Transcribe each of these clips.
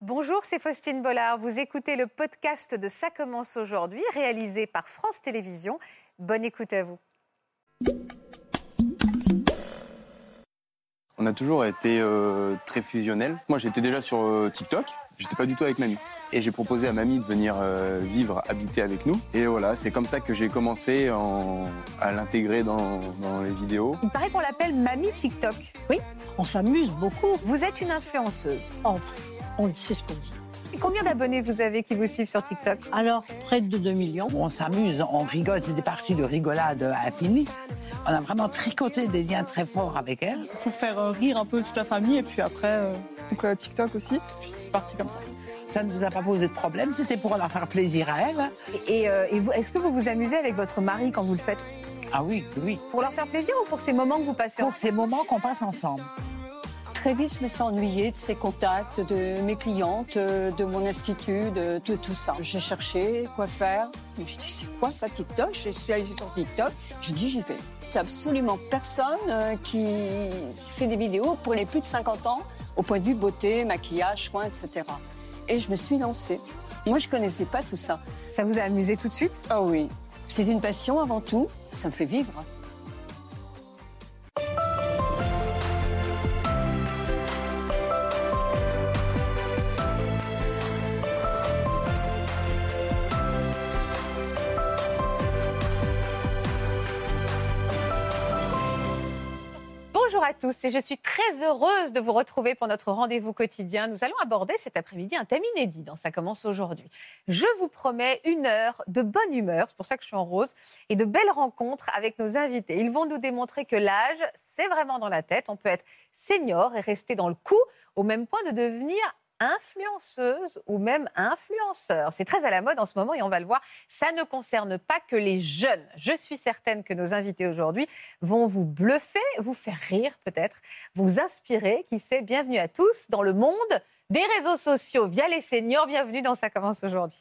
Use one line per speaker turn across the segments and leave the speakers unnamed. Bonjour, c'est Faustine Bollard. Vous écoutez le podcast de Ça commence aujourd'hui, réalisé par France Télévisions. Bonne écoute à vous.
On a toujours été euh, très fusionnels. Moi, j'étais déjà sur euh, TikTok. J'étais pas du tout avec mamie. Et j'ai proposé à mamie de venir euh, vivre, habiter avec nous. Et voilà, c'est comme ça que j'ai commencé en- à l'intégrer dans, dans les vidéos.
Il paraît qu'on l'appelle Mamie TikTok.
On s'amuse beaucoup.
Vous êtes une influenceuse.
Oh, pff, on le sait ce qu'on dit.
Et combien d'abonnés vous avez qui vous suivent sur TikTok
Alors, près de 2 millions.
On s'amuse, on rigole, c'est des parties de rigolade infinies. On a vraiment tricoté des liens très forts avec elle.
pour faire euh, rire un peu toute la famille et puis après euh, donc euh, TikTok aussi. Puis c'est parti comme ça.
Ça ne nous a pas posé de problème, c'était pour leur faire plaisir à elle.
Et, euh, et vous, est-ce que vous vous amusez avec votre mari quand vous le faites
Ah oui, oui.
Pour leur faire plaisir ou pour ces moments que vous passez
Pour ces moments qu'on passe ensemble.
Très vite, je me suis ennuyée de ces contacts, de mes clientes, euh, de mon institut, de, de tout ça. J'ai cherché quoi faire. Mais je dis, c'est quoi ça, TikTok Je suis allée sur TikTok. Je dis, j'y vais. Il n'y a absolument personne euh, qui fait des vidéos pour les plus de 50 ans, au point de vue beauté, maquillage, soins, etc. Et je me suis lancée. Moi, je connaissais pas tout ça.
Ça vous a amusé tout de suite
Ah oui, c'est une passion avant tout. Ça me fait vivre.
Bonjour à tous et je suis très heureuse de vous retrouver pour notre rendez-vous quotidien. Nous allons aborder cet après-midi un thème inédit dans Ça commence aujourd'hui. Je vous promets une heure de bonne humeur, c'est pour ça que je suis en rose, et de belles rencontres avec nos invités. Ils vont nous démontrer que l'âge, c'est vraiment dans la tête. On peut être senior et rester dans le coup au même point de devenir influenceuse ou même influenceur. C'est très à la mode en ce moment et on va le voir, ça ne concerne pas que les jeunes. Je suis certaine que nos invités aujourd'hui vont vous bluffer, vous faire rire peut-être, vous inspirer. Qui sait, bienvenue à tous dans le monde des réseaux sociaux via les seniors. Bienvenue dans Ça commence aujourd'hui.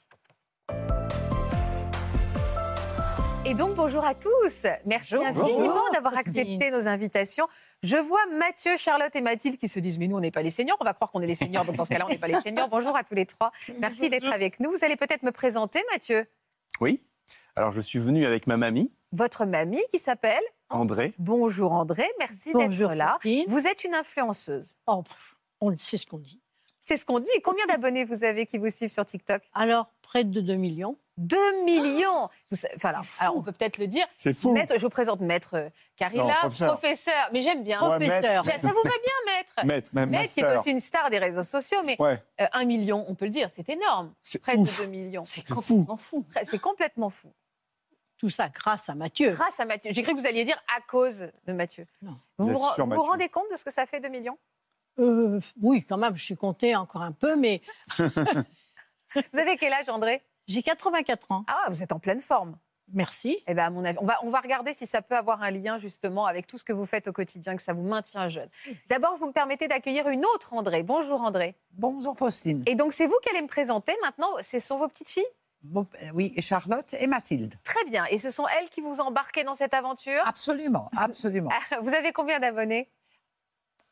Et donc, bonjour à tous. Merci
Bonjour.
infiniment
Bonjour,
d'avoir
Christine.
accepté nos invitations. Je vois Mathieu, Charlotte et Mathilde qui se disent Mais nous, on n'est pas les seniors. On va croire qu'on est les seniors. Donc, dans ce cas-là, on n'est pas les seniors. Bonjour à tous les trois. Merci d'être avec nous. Vous allez peut-être me présenter, Mathieu,
Oui. Alors, je suis venu avec ma mamie,
votre mamie qui s'appelle
André.
Bonjour André. Merci
Bonjour
d'être là.
Christine.
Vous êtes une influenceuse.
Oh, pff, on le sait ce qu'on dit.
C'est ce qu'on dit. Et combien d'abonnés vous avez qui vous suivent sur TikTok
Alors, près de 2 millions.
2 millions Vous sa- enfin, alors,
C'est fou.
alors, on peut peut-être le dire.
C'est
Maître, je vous présente Maître euh, Carilla,
Non,
professeur.
professeur.
Mais j'aime bien.
Ouais,
Professeur.
Ça vous va bien, Maître
Maître, ma-
Maître qui est
master.
aussi une star des réseaux sociaux, mais
Ouais,
euh, 1 million, on peut le dire, c'est énorme.
c'est
Près
ouf.
de 2 millions.
C'est
C'est
complètement fou.
Après, C'est complètement fou.
Tout ça grâce à Mathieu.
Grâce à Mathieu. J'ai cru que vous alliez dire à cause de Mathieu.
Non.
Vous
Bien
vous, ren-
sûr,
vous vous
Mathieu.
rendez compte de ce que ça fait 2 millions
Euh, oui, quand même, je suis comptée encore un peu, mais
Vous avez quel âge, André
j'ai 84 ans.
Ah, vous êtes en pleine forme.
Merci.
Eh ben, à mon avis, on va, on va regarder si ça peut avoir un lien justement avec tout ce que vous faites au quotidien, que ça vous maintient jeune. D'abord, vous me permettez d'accueillir une autre André. Bonjour André.
Bonjour Faustine.
Et donc, c'est vous qui allez me présenter maintenant. Ce sont vos petites filles
Bon, euh, oui, et Charlotte et Mathilde.
Très bien. Et ce sont elles qui vous embarquez dans cette aventure
Absolument, absolument.
Ah, Vous avez combien d'abonnés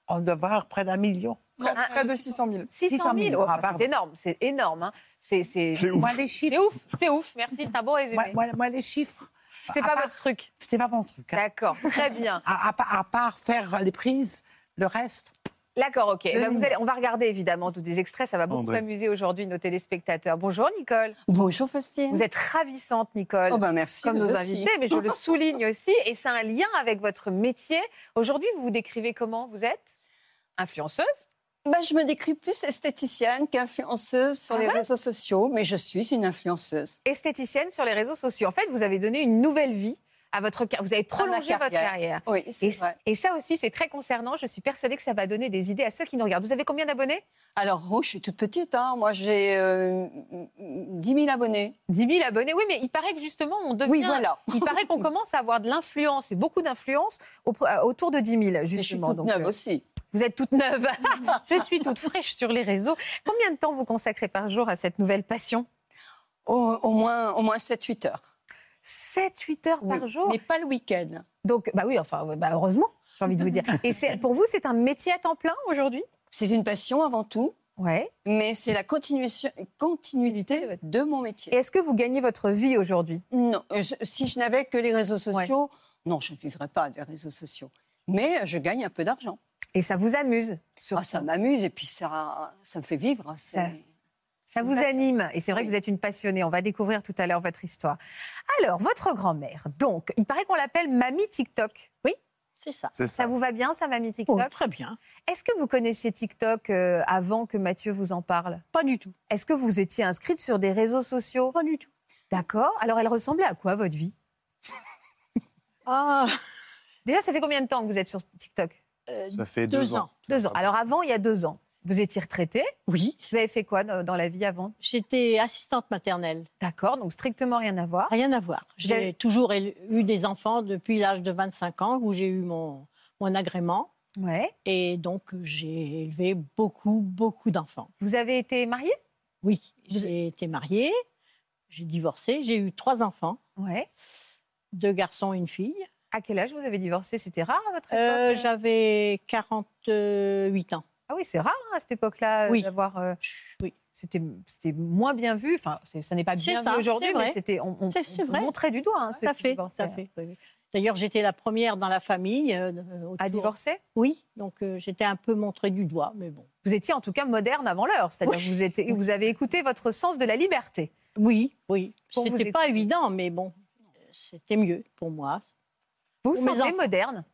On doit avoir près d'un million.
Près,
Ah,
près de 600 000.
600 000. Oh,
Ah,
enfin,
pardon.
c'est énorme. C'est énorme. hein. C'est, c'est-
C'est ouf.
Moi, les
c'est
chiffres.
ouf. C'est ouf. Merci. C'est un bon résumé.
Moi, moi- moi, les chiffres.
c'est
à
pas
part-
votre truc.
C'est pas mon truc. hein.
D'accord. Très bien.
À, à part- à part faire les prises, le reste.
D'accord, ok. Eh ben,
Denis.
vous allez- on va regarder évidemment tous des extraits. Ça va beaucoup
André.
amuser aujourd'hui nos téléspectateurs. Bonjour Nicole.
Bonjour Faustine.
Vous êtes ravissante Nicole.
Oh ben merci.
comme
vous
nos
aussi.
invités, mais je le souligne aussi, et c'est un lien avec votre métier. Aujourd'hui, vous vous décrivez comment Vous êtes influenceuse
Bah, je me décris plus esthéticienne qu'influenceuse sur
Ah
les
ouais
réseaux sociaux, mais je suis une influenceuse.
esthéticienne sur les réseaux sociaux. En fait, vous avez donné une nouvelle vie à votre carrière. Vous avez prolongé
carrière.
votre carrière.
Oui,
Et,
c'est vrai.
et ça aussi, c'est très concernant. Je suis persuadée que ça va donner des idées à ceux qui nous regardent. Vous avez combien d'abonnés
Alors, oh, je suis toute petite. Hein. Moi, j'ai euh, 10 000 abonnés.
10 000 abonnés. Oui, mais il paraît que justement, on devient.
Oui, voilà.
Il paraît qu'on commence à avoir de l'influence et beaucoup d'influence au- euh, autour de 10 000,
Et je suis
justement.
toute
Donc,
neuve
euh,
aussi.
vous êtes toute neuve. je suis toute fraîche sur les réseaux. Combien de temps vous consacrez par jour à cette nouvelle passion
Au, au moins, au moins 7-8 heures.
7-8 heures par
Oui.
jour.
Mais pas le week-end.
Donc, bah oui, enfin, ouais, bah heureusement, j'ai envie de vous dire. Et c'est- pour vous, c'est un métier à temps plein aujourd'hui
C'est une passion avant tout.
Ouais.
mais c'est la continuation- continuité de mon métier.
Et est-ce que vous gagnez votre vie aujourd'hui
Non, je- si je n'avais que les réseaux sociaux, non, je ne vivrais pas des réseaux sociaux. Mais euh, je gagne un peu d'argent.
Et ça vous amuse
Ah, ça m'amuse et puis ça, ça me fait vivre. hein, c'est-
Ça-
c'est
Ça vous
une passion.
anime. Et c'est vrai que
Oui.
vous êtes une passionnée. On va découvrir tout à l'heure votre histoire. Alors, votre grand-mère, donc, il paraît qu'on l'appelle Mamie TikTok.
C'est ça.
C'est
Ça vous va bien, ça, Mamie
Oh,
TikTok
très bien.
Est-ce que vous connaissiez TikTok euh, avant que Mathieu vous en parle
Pas du tout.
Est-ce que vous étiez inscrite sur des réseaux sociaux
Pas du tout.
D'accord. Alors, elle ressemblait à quoi, votre vie
Ah,
Déjà, ça fait combien de temps que vous êtes sur TikTok
euh,
Ça fait
deux
deux,
ans.
Deux ans. Alors, avant, il y a deux ans, vous étiez retraitée.
oui,
Vous avez fait quoi dans dans la vie avant
j'étais assistante maternelle.
D'accord, donc strictement rien à voir.
Rien à voir.
Vous avez-
J'ai toujours élu- eu des enfants depuis l'âge de 25 ans où j'ai eu mon, mon agrément.
Ouais.
Et donc, j'ai élevé beaucoup, beaucoup d'enfants.
Vous avez été mariée
Oui,
Vous-
j'ai été mariée, j'ai divorcé, j'ai eu trois enfants,
Ouais.
deux garçons et une fille.
À quel âge vous avez divorcé C'était rare à votre
Euh,
époque euh
J'avais 48 ans.
Ah oui, c'est rare hein, à cette époque-là euh,
Oui.
d'avoir. euh,
Oui.
C'était c'était moins bien vu. Enfin, c'est- ça n'est pas
C'est
bien
ça,
vu aujourd'hui,
c'est
mais
vrai.
c'était on, on,
C'est- c'est
on
vrai.
montrait du doigt hein, ceux
Tout à
qui
fait, tout
divorçaient.
à fait. oui, oui. D'ailleurs, j'étais la première dans la famille. euh, autour-
À divorcer
Oui, donc euh, j'étais un peu montrée du doigt, mais bon.
Vous étiez en tout cas moderne avant l'heure, c'est-à-dire que vous étiez, vous avez écouté votre sens de la liberté.
Oui, oui.
Pour vous
C'était pas évident, mais bon, euh, c'était mieux pour moi.
Vous vous
Pour mes
semblez
enfants.
moderne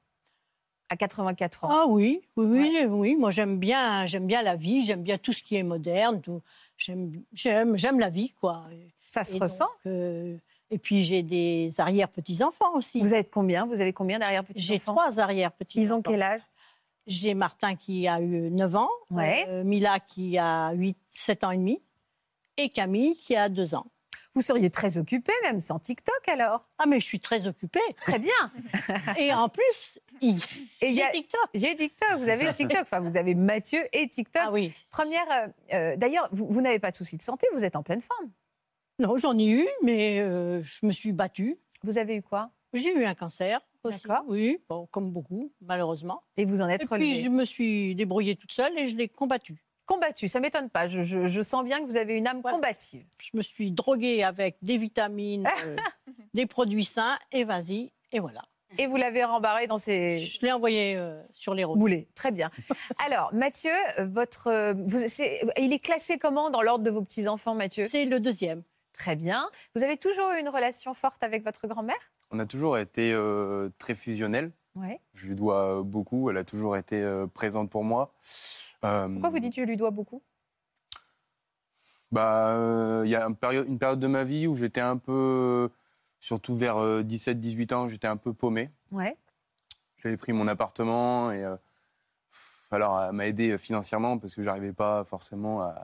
à 84 ans.
Ah oui, oui, oui, oui. Moi, j'aime bien, j'aime bien la vie, j'aime bien tout ce qui est moderne. tout. J'aime, j'aime, j'aime la vie, quoi.
ça se
Et
ressent.
donc, euh, et puis j'ai des arrière petits enfants aussi.
Vous êtes combien Vous avez combien derrière petits
J'ai
enfants
trois arrière petits.
Ils ont quel âge
J'ai Martin qui a eu 9 ans,
Ouais.
euh, Mila qui a 8, 7 ans et demi, et Camille qui a 2 ans.
Vous seriez très occupé même sans TikTok alors.
Ah mais je suis très occupée.
Très bien.
et en plus, il
Et il
y
y
a
a-
TikTok.
J'ai TikTok, vous avez TikTok, enfin vous avez Mathieu et TikTok.
Ah oui.
Première, euh, euh, d'ailleurs, vous, vous n'avez pas de souci de santé, vous êtes en pleine forme.
Non, j'en ai eu, mais euh, je me suis battue.
Vous avez eu quoi
J'ai eu un cancer aussi.
D'accord.
Oui, bon, comme beaucoup, malheureusement.
Et vous en êtes
Et
relevé.
puis je me suis débrouillée toute seule et je l'ai combattue.
Combattu, ça m'étonne pas. Je, je- je sens bien que vous avez une âme
Voilà.
combative.
Je me suis droguée avec des vitamines, euh, des produits sains, et vas-y, et voilà.
Et vous l'avez rembarrée dans ses
Je l'ai envoyé euh, sur les routes.
boulets. Très bien. Alors, Mathieu, votre, euh, vous- c'est- il est classé comment dans l'ordre de vos petits enfants, Mathieu
C'est le deuxième.
Très bien. Vous avez toujours eu une relation forte avec votre grand-mère
On a toujours été euh, très fusionnels.
Ouais.
Je lui dois euh, beaucoup. Elle a toujours été euh, présente pour moi. Euh,
Pourquoi vous dites je lui dois beaucoup
Bah, euh, il y a une période, une période de ma vie où j'étais un peu, surtout vers 17-18 ans, j'étais un peu paumé.
Ouais.
J'avais pris mon appartement et euh, pff, alors elle m'a aidé euh, financièrement parce que j'arrivais pas forcément à,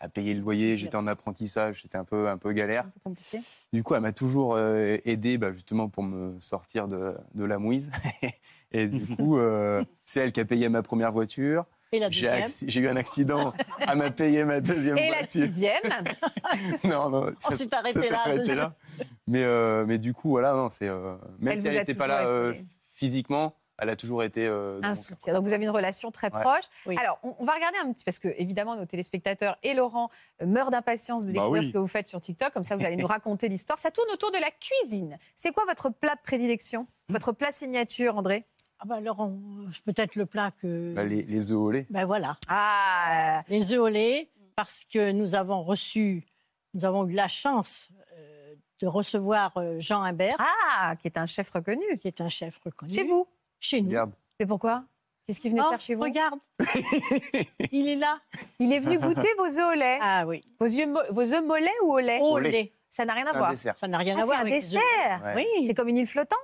à payer le loyer. J'étais en apprentissage, c'était un peu, un peu galère.
Un peu compliqué.
Du coup, elle m'a toujours euh, aidé bah, justement pour me sortir de, de la mouise. et du coup, euh, c'est elle qui a payé ma première voiture.
Et la
J'ai
deuxième.
acci- j'ai eu un accident, elle m'a payé ma deuxième
Et la
voiture.
sixième
non, non,
On s'est arrêté
s'est
là,
arrêté
déjà.
là. Mais, euh, mais du coup, voilà, non, c'est, euh, même
Elle
si
vous
elle
a
n'était pas là
toujours
euh,
été-
physiquement, elle a toujours été euh, dans
Ah,
Un
mon cœur.
soutien. Donc vous avez une relation très
Ouais.
proche.
Oui.
Alors on, on va regarder un petit parce que évidemment nos téléspectateurs et Laurent euh, meurent d'impatience de
Bah
découvrir
oui.
ce que vous faites sur TikTok. Comme ça vous allez nous raconter l'histoire. Ça tourne autour de la cuisine. C'est quoi votre plat de prédilection Votre plat signature, André
Ah bah alors, on- peut-être le plat que...
Bah, les, les œufs au lait.
Ben voilà,
Ah
les œufs au lait, parce que nous avons reçu, nous avons eu la chance euh, de recevoir euh, Jean Imbert,
ah qui est un chef reconnu
qui est un chef reconnu.
chez vous.
Chez nous.
Regarde,
Mais pourquoi Qu'est-ce qu'il venait
Oh,
faire chez vous
regarde, il est là.
Il est venu goûter vos œufs au lait,
Ah oui,
vos, yeux mo- vos œufs mollets ou au lait
au
Au lait.
lait.
Ça n'a rien
c'est
à
un
voir.
dessert.
Ça n'a rien
Ah,
à
c'est
voir
un
avec les œufs.
dessert.
Ouais.
Oui,
C'est comme une île flottante.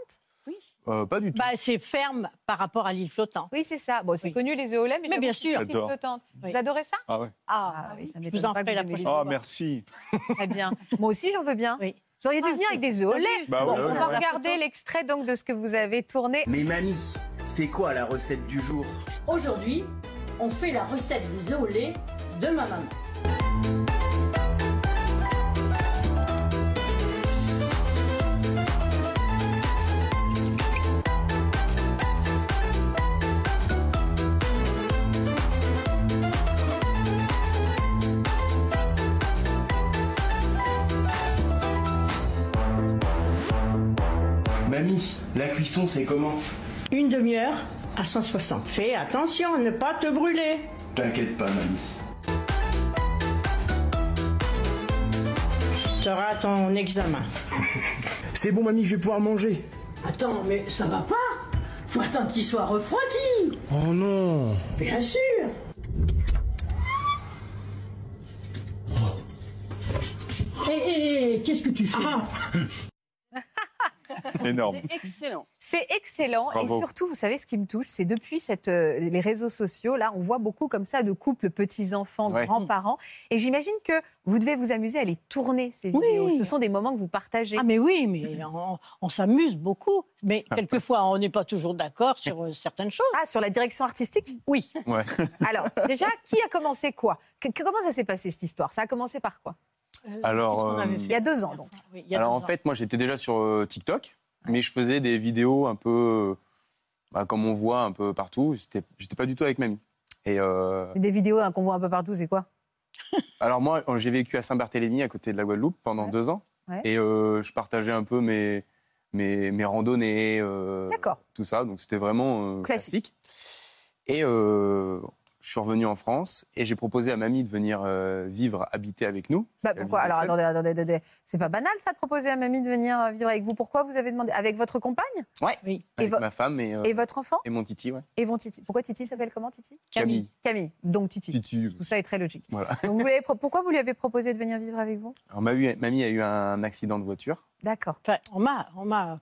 Euh, pas du tout.
bah, c'est ferme par rapport à l'île flottante.
Oui, c'est ça. Bon, c'est
Oui.
connu les œufs au lait, mais,
Mais
j'avoue
bien
que c'est
sûr.
aussi
J'adore.
flottant.
Oui.
Vous adorez ça
Ah ouais.
Ah oui, ça
je
m'étonne
vous en
pas que
ferai
vous
la
aimez les
prochaine
Oh,
fois.
merci.
Très bien. Moi aussi, j'en veux bien.
Oui.
Vous auriez dû
Ah,
venir
c'est-
avec des œufs au lait.
Bah
Bon,
ouais,
on
ouais,
va
ouais.
regarder l'extrait donc de ce que vous avez tourné.
Mais mamie, c'est quoi la recette du jour
Aujourd'hui, on fait la recette des œufs au lait de ma maman.
La cuisson, c'est comment
Une demi-heure à 160. Fais attention à ne pas te brûler.
T'inquiète pas, mamie.
Tu auras ton examen.
C'est bon, mamie, je vais pouvoir manger.
Attends, mais ça va pas Faut attendre qu'il soit refroidi
Oh non
Bien sûr Hé,
Eh,
hé, hé, qu'est-ce que tu fais
Énorme.
C'est excellent.
C'est excellent
Bravo.
et surtout, vous savez, ce qui me touche, c'est depuis cette, euh, les réseaux sociaux, là, on voit beaucoup comme ça de couples, petits-enfants,
Ouais.
grands-parents. Et j'imagine que vous devez vous amuser à les tourner, ces
Oui.
vidéos. Ce sont des moments que vous partagez.
Ah mais oui, mais on, on s'amuse beaucoup. Mais
Ah.
quelquefois, on n'est pas toujours d'accord sur euh, certaines choses.
Ah, sur la direction artistique
Oui.
Ouais.
Euh,
Alors, déjà, qui a commencé quoi Que- que- Comment ça s'est passé cette histoire Ça a commencé par quoi
Euh,
Alors,
qu'est-ce qu'on avait
euh,
fait
Il y a deux ans, donc.
Oui, il y a
Alors
deux
en
ans.
fait, moi j'étais déjà sur euh, TikTok, mais je faisais des vidéos un peu, euh, bah, comme on voit un peu partout. J'étais j'étais pas du tout avec mamie. Et euh,
Des vidéos hein, qu'on voit un peu partout, c'est quoi
alors moi, euh, j'ai vécu à Saint-Barthélemy, à côté de la Guadeloupe, pendant
Ouais.
deux ans.
Ouais.
Et euh, je partageais un peu mes mes, mes randonnées, euh,
D'accord.
tout ça. Donc c'était vraiment euh,
Classique.
classique. Et euh, je suis revenu en France et j'ai proposé à mamie de venir euh, vivre, habiter avec nous.
Bah,
Elle
pourquoi
vivait
Alors,
seule.
attendez, attendez, attendez. C'est pas banal, ça, de proposer à mamie de venir euh, vivre avec vous. Pourquoi vous avez demandé Avec votre compagne
Oui,
avec
vo-
ma femme et, euh,
et votre enfant
et mon titi, ouais.
et vont Titi. Pourquoi Titi s'appelle comment Titi
Camille.
Camille. Donc Titi.
Titi.
Tout ça est très logique.
Voilà.
Donc, vous l'avez pro- pourquoi vous lui avez proposé de venir vivre avec vous
Alors, mamie, mamie a eu un accident de voiture.
D'accord.
Enfin, on m'a, on m'a. euh,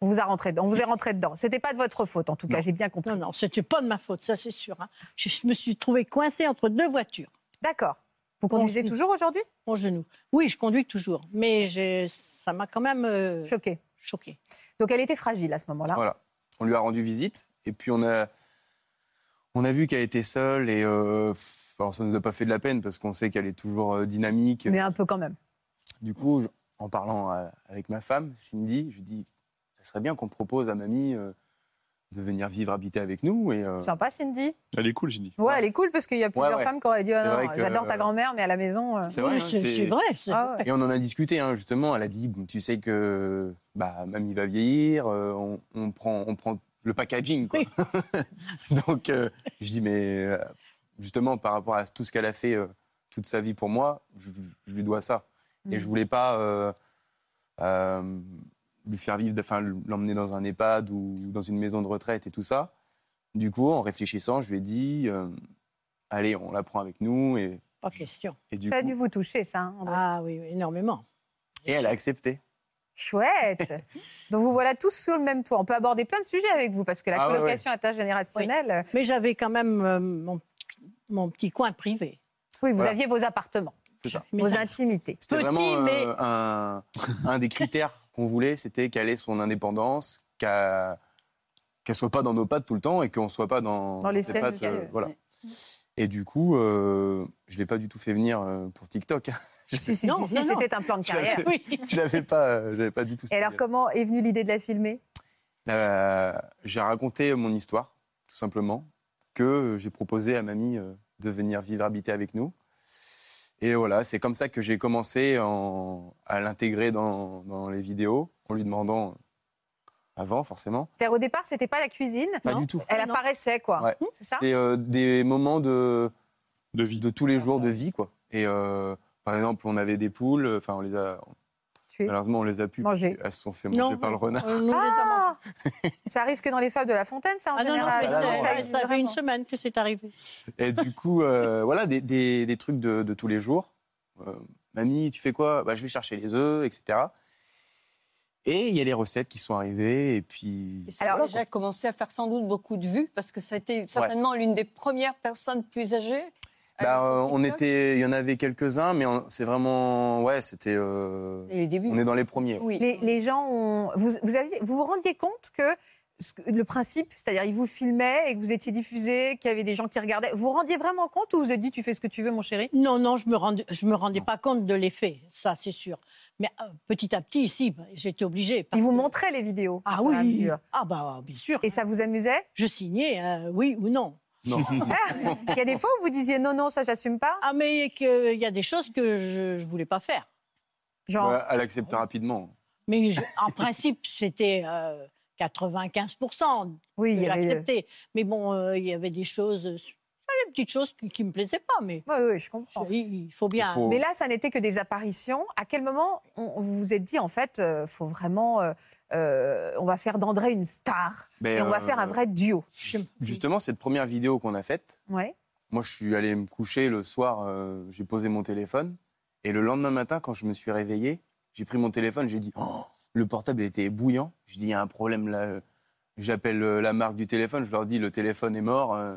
On vous a rentré dedans. On vous est rentré dedans. C'était pas de votre faute, en tout cas.
Non.
J'ai bien compris.
Non, non, c'était pas de ma faute, ça c'est sûr. hein. Je je me suis trouvée coincée entre deux voitures,
D'accord. Vous conduisez
Ensuite-
toujours aujourd'hui
mon genou. Oui, je conduis toujours, mais j'ai- ça m'a quand même euh,
Choqué.
choquée.
Donc elle était fragile à ce moment-là.
Voilà. On lui a rendu visite et puis on a, on a vu qu'elle était seule et euh, pff, alors ça nous a pas fait de la peine parce qu'on sait qu'elle est toujours euh, dynamique.
Mais un peu quand même.
Du coup, je- en parlant euh, avec ma femme, Cindy, je lui dis, ça serait bien qu'on propose à mamie euh, de venir vivre habiter avec nous et euh,
Sympa, Cindy.
Elle est cool, j'ai dit.
Ouais,
Ouais.
elle est cool parce qu'il y a plusieurs
ouais.
femmes qui auraient dit Ah
C'est
non,
vrai que- euh,
j'adore ta grand-mère, mais à la maison. euh,
c'est
Oui,
vrai. hein,
c'est
c'est-
c'est vrai. c'est-
Ah ouais.
Et on en a discuté, hein, justement. Elle a dit, Bon, tu sais que bah, mamie va vieillir, euh, on, on prend, on prend le packaging. Quoi. Donc, euh, je dis, mais euh, justement, par rapport à tout ce qu'elle a fait euh, toute sa vie pour moi, je, je lui dois ça. Et je voulais pas euh, euh, lui faire vivre, enfin, l'emmener dans un EHPAD ou dans une maison de retraite et tout ça. Du coup, en réfléchissant, je lui ai dit, euh, allez, on la prend avec nous. Et,
Pas question.
et du
Ça a
coup-
dû vous toucher, ça. hein, André.
Ah oui, oui, énormément.
et elle a accepté.
Chouette. Donc vous voilà tous sur le même toit. On peut aborder plein de sujets avec vous parce que la
Ah ouais, ouais.
colocation intergénérationnelle. euh,
Mais j'avais quand même euh, mon, mon petit coin privé.
Oui, vous
Voilà.
aviez vos appartements,
C'est ça.
Mais
vos
ça-
intimités.
C'était
Petit,
vraiment euh,
mais-
un, un des critères qu'on voulait, c'était qu'elle ait son indépendance, qu'elle qu'elle soit pas dans nos pattes tout le temps et qu'on soit pas dans,
Dans les
ses
siennes,
pattes,
c'est
euh,
vrai.
voilà. Et du coup, euh, je l'ai pas du tout fait venir euh, pour TikTok.
Si, si,
Non,
si,
non,
si,
non.
c'était un plan de
Je l'avais-
carrière.
Oui.
Je l'avais pas, euh, je l'avais pas du tout.
Et alors,
fait.
comment est venue l'idée de la filmer
Euh, J'ai raconté mon histoire, tout simplement, que j'ai proposé à mamie euh, de venir vivre habiter avec nous. Et voilà, c'est comme ça que j'ai commencé en- à l'intégrer dans, dans les vidéos, en lui demandant euh, avant, forcément.
C'est-à-dire, au départ, c'était pas la cuisine.
Pas
Non.
du tout.
Elle
Ah Non.
apparaissait, quoi.
Ouais.
C'est ça
Et euh, des moments de,
De vie.
de tous les jours de vie, quoi. Et euh, par exemple, on avait des poules, enfin, on les a.
Tuer.
Malheureusement, on les a pu.
Manger.
Elles se sont fait manger
Non,
par le renard.
on Euh, nous les a mangés.
Ah ça arrive que dans les fables de La Fontaine, ça, en
Ah non, non,
général.
mais
Ah,
Ça,
non,
ça
ça,
existe
ça fait une
vraiment.
semaine que c'est arrivé.
Et du coup, euh, voilà, des, des- des trucs de, de tous les jours. Euh, Mamie, tu fais quoi bah, Je vais chercher les œufs, etc. Et il y a les recettes qui sont arrivées. Et puis.
Et ça
Alors,
a déjà commencé à faire sans doute beaucoup de vues parce que c'était certainement l'une des premières personnes plus âgées. à
Bah,
aller
euh,
sur
on
TikTok.
était, il y en avait quelques-uns, mais on- c'est vraiment, ouais, c'était, euh,
Et les débuts.
on est dans les premiers.
Oui.
Les, les gens ont. Vous vous, aviez- vous vous rendiez compte que ce que- le principe, c'est-à-dire ils vous filmaient et que vous étiez diffusé, qu'il y avait des gens qui regardaient. Vous vous rendiez vraiment compte ou vous vous êtes dit tu fais ce que tu veux, mon chéri
Non, non, je me rendais, je me rendais pas compte de l'effet, ça c'est sûr. Mais euh, petit à petit, ici, j'étais obligée. parce
Ils vous
que-
montraient les vidéos.
Ah
au fur et à
oui,
mesure.
ah bah bien sûr.
Et ça vous amusait Ah,
Je signais, euh, oui ou non.
Non.
Il y a des fois où vous disiez non, non, ça, j'assume pas.
Ah mais que- il y a des choses que je, je voulais pas faire.
Genre,
Oh.
Ouais, elle accepte rapidement.
Mais je- en principe, c'était euh, 95%
Oui, il
que
y avait. euh,
j'acceptais. Mais bon, euh, il y avait des choses, euh, des petites choses qui, qui me plaisaient pas, mais
Oui, oui, je comprends.
il il faut bien.
Faut-
Mais là, ça n'était que des apparitions. À quel moment on, vous vous êtes dit, en fait, euh, faut vraiment. euh, euh, on va faire d'André une star.
Ben,
et on va
euh,
faire un vrai duo.
Justement, cette première vidéo qu'on a faite,
Ouais.
moi, je suis allé me coucher le soir, euh, j'ai posé mon téléphone. Et le lendemain matin, quand je me suis réveillé, j'ai pris mon téléphone, j'ai dit Oh Le portable était bouillant. J'ai dit Il y a un problème là. euh. J'appelle euh, la marque du téléphone, je leur dis Le téléphone est mort. euh.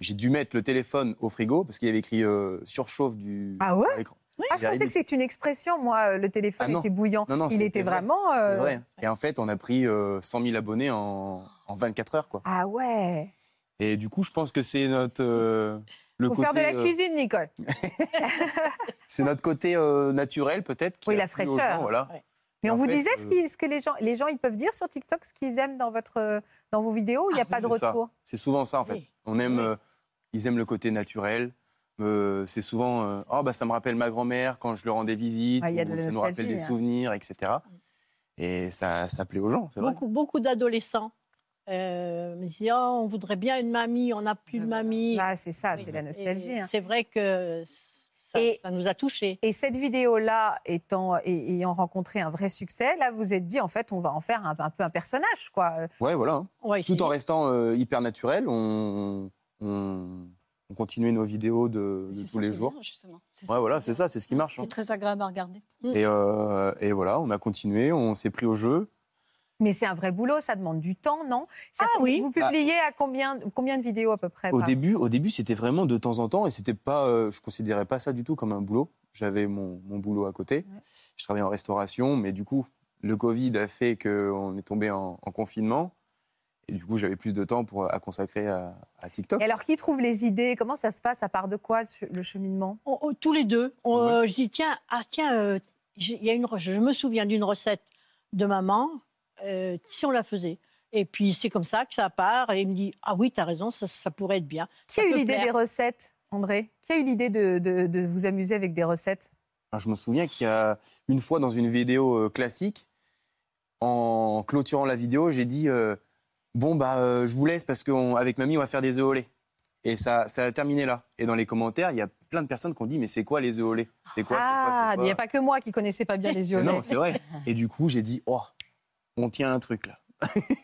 J'ai dû mettre le téléphone au frigo parce qu'il y avait écrit euh, surchauffe du.
Ah ouais
à l'écran.
Ah, je
C'est
pensais
horrible.
que c'est une expression, moi, euh, le téléphone
Ah non.
était bouillant.
Non, non,
Il
c'était
était
vrai.
vraiment. euh,
C'est vrai. hein. Et en fait, on a pris euh, 100 000 abonnés en, en 24 heures. Quoi.
Ah ouais.
Et du coup, je pense que c'est notre, euh, le
Faut faire de
côté,
la
euh,
cuisine, Nicole.
c'est notre côté euh, naturel, peut-être. qui
Oui, la
a plu aux
fraîcheur.
gens, voilà.
Ouais.
Mais
Et
on
en
vous
fait,
disait ce,
euh,
qui- ce que les gens, les gens ils peuvent dire sur TikTok ce qu'ils aiment dans votre, dans vos vidéos. Il n'y a pas de
Ah, c'est ça.
retour.
C'est souvent ça, en fait.
Oui.
On aime,
Oui.
euh, ils aiment le côté naturel. Euh, c'est souvent, euh, oh, bah, ça me rappelle ma grand-mère quand je lui rendais visite,
Ah, il y a
ou
de la
ça nous rappelle
nostalgie,
des
hein.
souvenirs, etc. Et ça, ça plaît aux gens, c'est vrai.
Beaucoup, beaucoup d'adolescents euh, me disaient Oh, on voudrait bien une mamie, on n'a plus de mamie.
Ah, c'est ça,
Oui.
c'est la
Et
nostalgie. hein.
C'est vrai que ça,
Et-
ça nous a touchés.
Et cette vidéo-là, étant et- ayant rencontré un vrai succès, là, vous êtes dit en fait, on va en faire un, un peu un personnage, quoi.
Ouais, voilà. hein.
On va
Tout
essayer.
en restant euh, hyper naturel, on, on, on continuait nos vidéos de, de
C'est
tous
ça
les
qui est
jours.
bien, justement. C'est
Ouais,
qui
voilà,
est
c'est
bien.
ça, c'est ce qui marche. hein.
Ah.
C'est très agréable à regarder.
Mm.
Et, euh, et voilà, on a continué, on s'est pris au jeu.
Mais c'est un vrai boulot, ça demande du temps, non Ça-
Ah oui.
Vous publiez à combien, combien de vidéos à peu près
Bah, Au
par-
début, au début, c'était vraiment de temps en temps et c'était pas, euh, je considérais pas ça du tout comme un boulot. J'avais mon, mon boulot à côté. Je travaillais en restauration, mais du coup, le Covid a fait qu'on est tombé en, en confinement et du coup, j'avais plus de temps pour à consacrer à, à TikTok.
Et alors, qui trouve les idées Comment ça se passe À part de quoi le che- le cheminement
On- on- Oh, tous les deux. On- euh, je dis tiens, ah tiens, euh, j'ai- il y a une, re- je me souviens d'une recette de maman. euh, si on la faisait. Et puis c'est comme ça que ça part. Et il me dit ah oui, t'as raison, ça, ça pourrait être bien.
Qui
Ça
a eu
peut
l'idée
plaire.
des recettes, André Qui a eu l'idée de, de- de vous amuser avec des recettes
Alors, je me souviens qu'il y a une fois dans une vidéo euh, classique, en clôturant la vidéo, j'ai dit euh, bon bah euh, je vous laisse parce qu'avec mamie on va faire des œufs au lait. Et ça, ça a terminé là. Et dans les commentaires, il y a plein de personnes qui ont dit mais c'est quoi les œufs au lait C'est quoi, c'est quoi, c'est
Ah, il
quoi
n'y a pas que moi qui connaissais pas bien les yeux.
Mais Non, c'est vrai. Et du coup, j'ai dit, oh, on tient un truc là.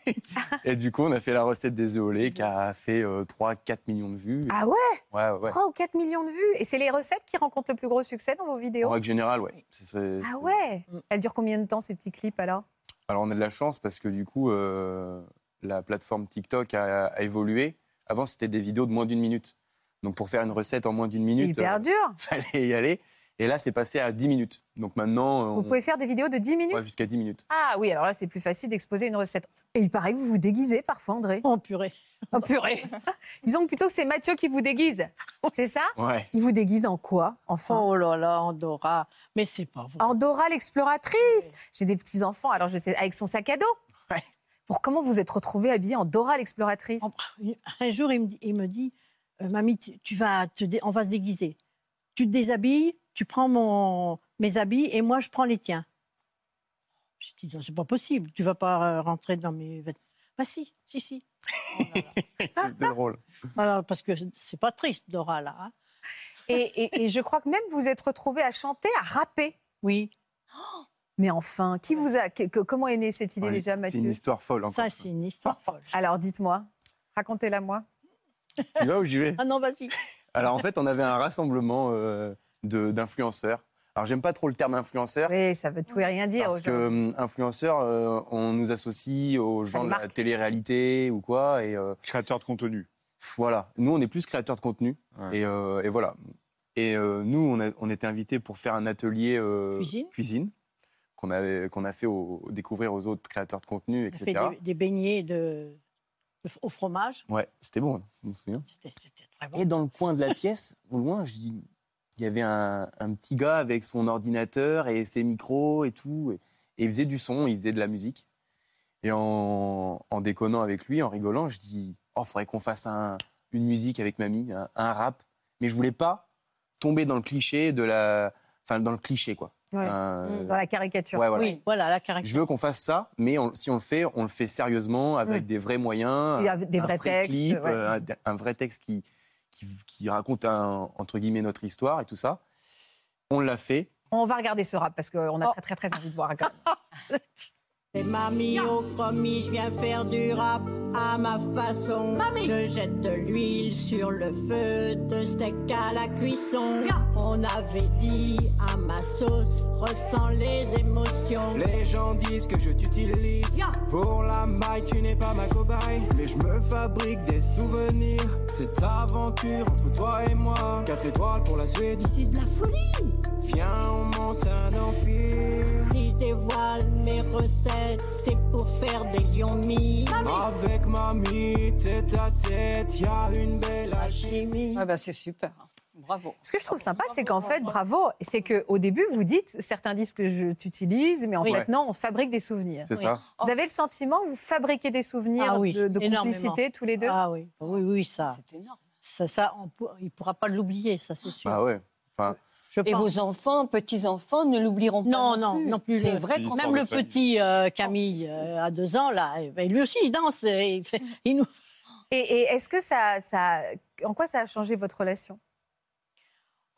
et du coup, on a fait la recette des œufs au lait qui a fait euh, 3-4 millions de vues.
Ah ouais,
Ouais, ouais.
3 ou 4 millions de vues. Et c'est les recettes qui rencontrent le plus gros succès dans vos
En
vidéos
règle générale, ouais. C'est- c'est-
Ah ouais Elles durent combien de temps ces petits clips alors
Alors, on a de la chance parce que du coup, euh, la plateforme TikTok a, a évolué. Avant, c'était des vidéos de moins d'une minute. Donc, pour faire une recette en moins d'une
C'est
minute,
hyper
euh,
dur.
fallait y aller. Et là, c'est passé à 10 minutes. Donc maintenant, euh,
Vous
on
pouvez faire des vidéos de 10 minutes
ouais, jusqu'à 10 minutes.
Ah oui, alors là, c'est plus facile d'exposer une recette. Et il paraît que vous vous déguisez parfois, André.
Oh purée.
Oh purée Disons que plutôt que c'est Mathieu qui vous déguise. C'est ça
Ouais.
Il vous déguise en quoi, enfin
Oh là là, Andorra. Mais c'est pas vrai.
Andorra l'exploratrice J'ai des petits-enfants, alors je sais, avec son sac à dos.
Ouais.
Pour comment vous êtes retrouvée habillée en Dora l'exploratrice
En- Un jour, il me dit, il me dit, euh, mamie, tu tu vas te dé- on va se déguiser. Tu te déshabilles, tu prends mon, mes habits et moi, je prends les tiens. Je dis, non, c'est pas possible, tu vas pas euh, rentrer dans mes vêtements. Bah si, si, si. Oh là là.
C'était drôle.
Voilà, parce que c'est pas triste, Dora, là. hein.
et, et- et je crois que même vous êtes retrouvée à chanter, à rapper.
Oui,
Mais enfin, qui vous a, que- que- comment est née cette idée
Ouais,
déjà,
c'est une
Mathieu Ah.
histoire folle. Encore.
ça, c'est une histoire folle.
Alors dites-moi, racontez-la moi.
Tu vas où j'y vais
Ah non, vas-y.
Alors en fait, on avait un rassemblement euh, de- d'influenceurs. Alors j'aime pas trop le terme influenceur
Oui, ça veut tout et rien dire.
parce que
aujourd'hui.
hum, influenceur, euh, on nous associe aux gens
des
de la
marques.
télé-réalité ou quoi. Et euh,
Créateur de contenu.
voilà, nous on est plus créateurs de contenu
Ouais.
et, euh, et voilà. Et euh, nous, on, a- on était invités pour faire un atelier euh,
Cuisine.
qu'on avait qu'on a fait au- découvrir aux autres créateurs de contenu,
On fait
etc.
des, des beignets de, de- au fromage.
Ouais, c'était bon, je me souviens.
C'était c'était très bon.
Et dans le coin de la pièce, au loin, je dis, il y avait un, un petit gars avec son ordinateur et ses micros et tout. Et, et il faisait du son, il faisait de la musique. Et en, en déconnant avec lui, en rigolant, je dis, oh, faudrait qu'on fasse un- une musique avec mamie, un, un rap. Mais je voulais pas tomber dans le cliché de la, enfin dans le cliché quoi.
Ouais.
Euh,
Dans la caricature.
ouais, voilà.
Oui, voilà la caricature.
Je veux qu'on fasse ça, mais on- si on le fait, on le fait sérieusement,
Oui.
avec des vrais moyens,
Il y a des
un
vrais
vrai
textes.
clip,
ouais.
euh, un, un vrai texte qui, qui, qui raconte un- entre guillemets notre histoire et tout ça. On l'a fait.
On va regarder ce rap parce qu'on a
Oh.
très très très envie de voir. Quand même.
C'est mamie au commis, je viens faire du rap à ma façon. Je jette de l'huile sur le feu, de steak à la cuisson. On avait dit à ma sauce, ressens les émotions.
Les gens disent que je t'utilise Pour la maille tu n'es pas ma cobaye Mais je me fabrique des souvenirs Cette aventure entre toi et moi Quatre étoiles pour la suite
C'est de la folie
Viens on monte un empire
Si je dévoile mes recettes, c'est pour faire des lions mis.
Avec mamie tête à tête Y'a une belle alchimie
Ah bah, c'est super. hein. Bravo.
Ce que je trouve sympa, c'est qu'en fait, bravo, c'est qu'au début, vous dites, certains disent que je t'utilise, mais en
Oui.
fait, non, on fabrique des souvenirs.
C'est
Oui.
ça.
Vous avez le sentiment que vous fabriquez des souvenirs
Ah oui,
de, de
énormément.
complicité tous les deux
Ah oui, oui, oui, ça,
C'est énorme. Ah.
ça, ça on pour- il pourra pas l'oublier, ça c'est sûr.
Bah ouais.
Je
Et
pense.
vos enfants, petits-enfants ne l'oublieront pas.
Non, non, non plus.
C'est
le-
une vraie
Même
transformation.
Même le
Ensemble,
petit euh, Camille
Oh,
euh, à deux ans là, eh ben, lui aussi il danse, et il, fait- il nous.
Et, et est-ce que ça, ça, en quoi ça a changé votre relation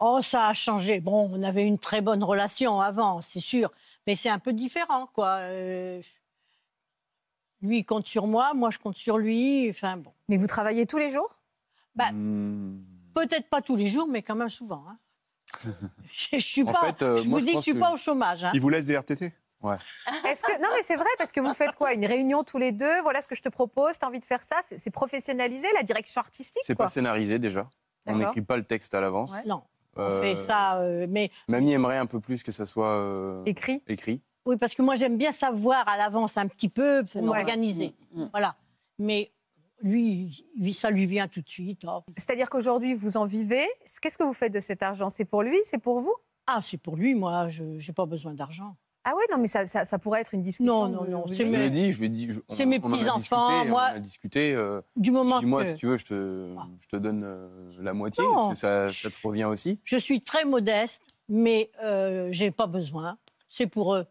Oh, ça a changé. Bon, on avait une très bonne relation avant, c'est sûr, mais c'est un peu différent quoi. Euh, Lui il compte sur moi, moi je compte sur lui. Enfin bon,
Mais vous travaillez tous les jours
Bah,
Hmm.
peut-être pas tous les jours, mais quand même souvent. hein. je, je suis
En
pas.
fait, euh,
je vous
moi, je
dis que je
pense
suis
que-
pas au chômage. hein.
Il vous laisse des RTT
Est-ce que non mais c'est vrai parce que vous faites quoi Une réunion tous les deux Voilà ce que je te propose. T'as envie de faire ça C'est c'est professionnaliser la direction artistique
C'est
quoi.
pas scénarisé déjà. On
D'accord.
n'écrit pas le texte à l'avance.
Ouais.
Non, on
Euh,
fait ça, euh, mais
Mamie aimerait un peu plus que ça soit euh,
Écrit.
écrit.
Oui, parce que moi, j'aime bien savoir à l'avance un petit peu
C'est
pour
normal.
m'organiser.
Mm, mm.
Voilà. Mais lui, lui, ça lui vient tout de suite. Oh.
C'est-à-dire qu'aujourd'hui vous en vivez. Qu'est-ce que vous faites de cet argent C'est pour lui C'est pour vous
Ah, c'est pour lui, moi, je n'ai pas besoin d'argent.
Ah ouais non mais ça, ça, ça pourrait être une discussion.
Non, non,
de-
non,
de-
c'est
Je
mes-
lui ai dit, je lui ai dit. je- on
c'est
a-
mes
on en a
petits-enfants,
discuté,
moi-
On en a discuté. euh,
Du moment
Dis-moi,
que
si tu veux, je te,
Ah.
je te donne euh, la moitié,
Non.
parce que ça, ça te revient aussi.
je suis très modeste, mais euh, j'ai pas besoin. C'est pour eux.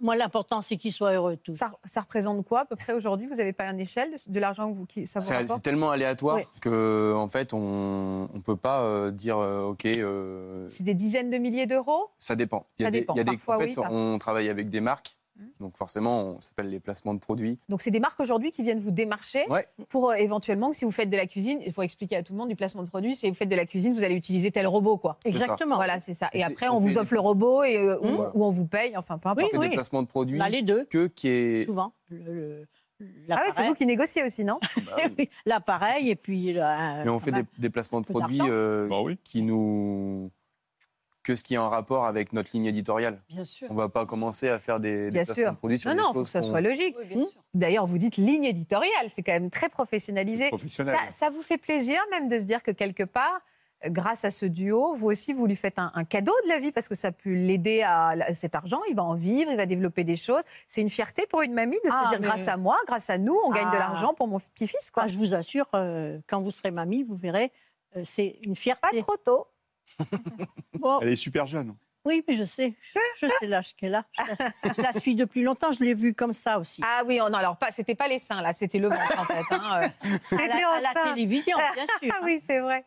Moi, l'important, c'est qu'ils soient heureux tous.
Ça, ça représente quoi à peu près aujourd'hui Vous n'avez pas une échelle de, de l'argent que vous qui, ça vous
C'est c'est
rapporte
tellement aléatoire
Oui.
que, en fait, on ne peut pas euh, dire, euh, OK, euh,
C'est des dizaines de milliers d'euros
ça dépend.
Ça
des,
dépend.
des-
Parfois,
en fait,
oui, parfois. Mmh.
on travaille avec des marques, donc forcément, on s'appelle les placements de produits.
Donc c'est des marques aujourd'hui qui viennent vous démarcher
Ouais.
pour euh, éventuellement que si vous faites de la cuisine, et pour expliquer à tout le monde du placement de produit, si vous faites de la cuisine, vous allez utiliser tel robot quoi.
Exactement.
Voilà, c'est ça. Et,
Et c'est-
après
on
on
fait
vous
des-
offre le robot et euh, ou-
Voilà.
ou, on vous paye, enfin peu
On
importe.
fait
oui.
des placements de produits
On a les deux,
que qui est.
souvent. Le- le-
Ah oui, c'est
l'appareil.
vous qui négociez aussi, non
Bah oui.
Oui, L'appareil et puis. euh, là,
euh,
Mais on
quand
fait des,
même.
des placements de
peu
produits
d'argent.
euh,
Bah oui.
qui nous. que ce qui est en rapport avec notre ligne éditoriale.
Bien sûr.
On ne va pas commencer à faire des, des
Bien
placements
sûr.
de produits sur
Non,
des
non, faut
choses
que ça
qu'on-
soit logique. Hmm
Oui, bien sûr.
D'ailleurs, vous dites ligne éditoriale, c'est quand même très professionnalisé.
C'est professionnel.
Ça, ça vous fait plaisir même de se dire que quelque part, euh, grâce à ce duo, vous aussi, vous lui faites un, un cadeau de la vie parce que ça a pu l'aider à la- cet argent, il va en vivre, il va développer des choses. C'est une fierté pour une mamie de
Ah,
se dire
mais-
grâce à moi, grâce à nous, on gagne de
Ah.
l'argent pour mon petit-fils. Quoi.
Ah, je vous assure, euh, quand vous serez mamie, vous verrez, euh, c'est une
Pas
fierté.
trop tôt.
Bon,
Elle est super jeune.
Oui, mais je sais, je, je sais l'âge qu'elle a. Je la, je la suis depuis longtemps, je l'ai vue comme ça aussi.
Ah oui, oh non, alors pas, c'était pas les seins là, c'était le ventre en fait. hein, euh.
à, la, à la télévision, bien sûr. hein.
Ah oui, c'est vrai.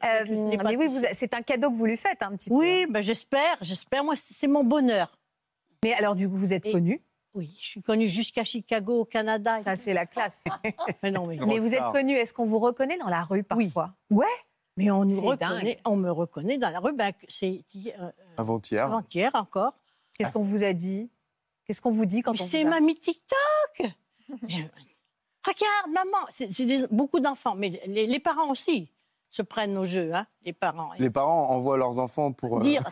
Avec
Euh,
les
mais oui, vous-
pâtisseries.
c'est un cadeau que vous lui faites un petit peu.
Oui, ben j'espère, j'espère. Moi, c'est c'est mon bonheur.
Mais alors du coup, vous êtes
Et-
connu.
Oui, je suis connue jusqu'à Chicago, au Canada. et
Ça,
tout.
c'est la classe.
mais non, mais,
mais vous êtes
Rockstar.
connu. Est-ce qu'on vous reconnaît dans la rue
Oui.
parfois
mais on, nous
C'est
reconnaît,
dingue.
on me reconnaît dans la rue. Ben, que- c'est hi- euh,
Avant-hier.
avant-hier encore.
Qu'est-ce
Ah.
qu'on vous a dit Qu'est-ce qu'on vous dit quand
Mais
on
c'est
vous a-
mamie TikTok Mais, euh, Regarde, maman C'est c'est des- beaucoup d'enfants, mais les, les parents aussi se prennent au jeu, hein, les parents.
Les parents envoient leurs enfants pour. euh,
Dire,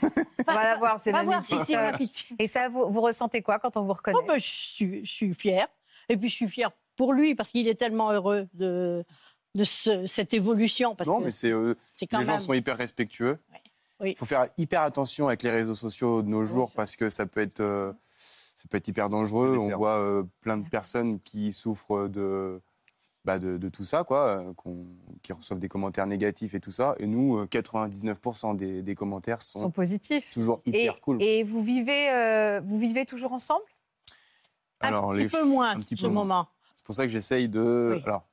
On va la voir, c'est
va voir
magnifique.
si c'est
Euh,
ma petite.
Et ça, vous, vous ressentez quoi quand on vous reconnaît
Oh, ben, je, suis, je suis fière. Et puis, je suis fière pour lui, parce qu'il est tellement heureux de, de ce- cette évolution. Parce
non,
que
mais c'est euh,
c'est quand
les gens
même.
sont hyper respectueux. Il
Ouais. Oui.
faut faire hyper attention avec les réseaux sociaux de nos jours
ça-
parce que ça peut être euh, ça peut être hyper dangereux. On
Délétère.
voit euh, plein de personnes qui souffrent de bah, de, de tout ça, quoi, euh, qu'on- qui reçoivent des commentaires négatifs et tout ça. Et nous, euh, 99% des, des commentaires sont,
sont positifs.
toujours hyper
et,
cool.
Et vous vivez, euh, vous vivez toujours ensemble
Alors,
petit
les-
peu moins,
un petit
ce
peu moins.
moment.
C'est pour ça que j'essaye de. Alors,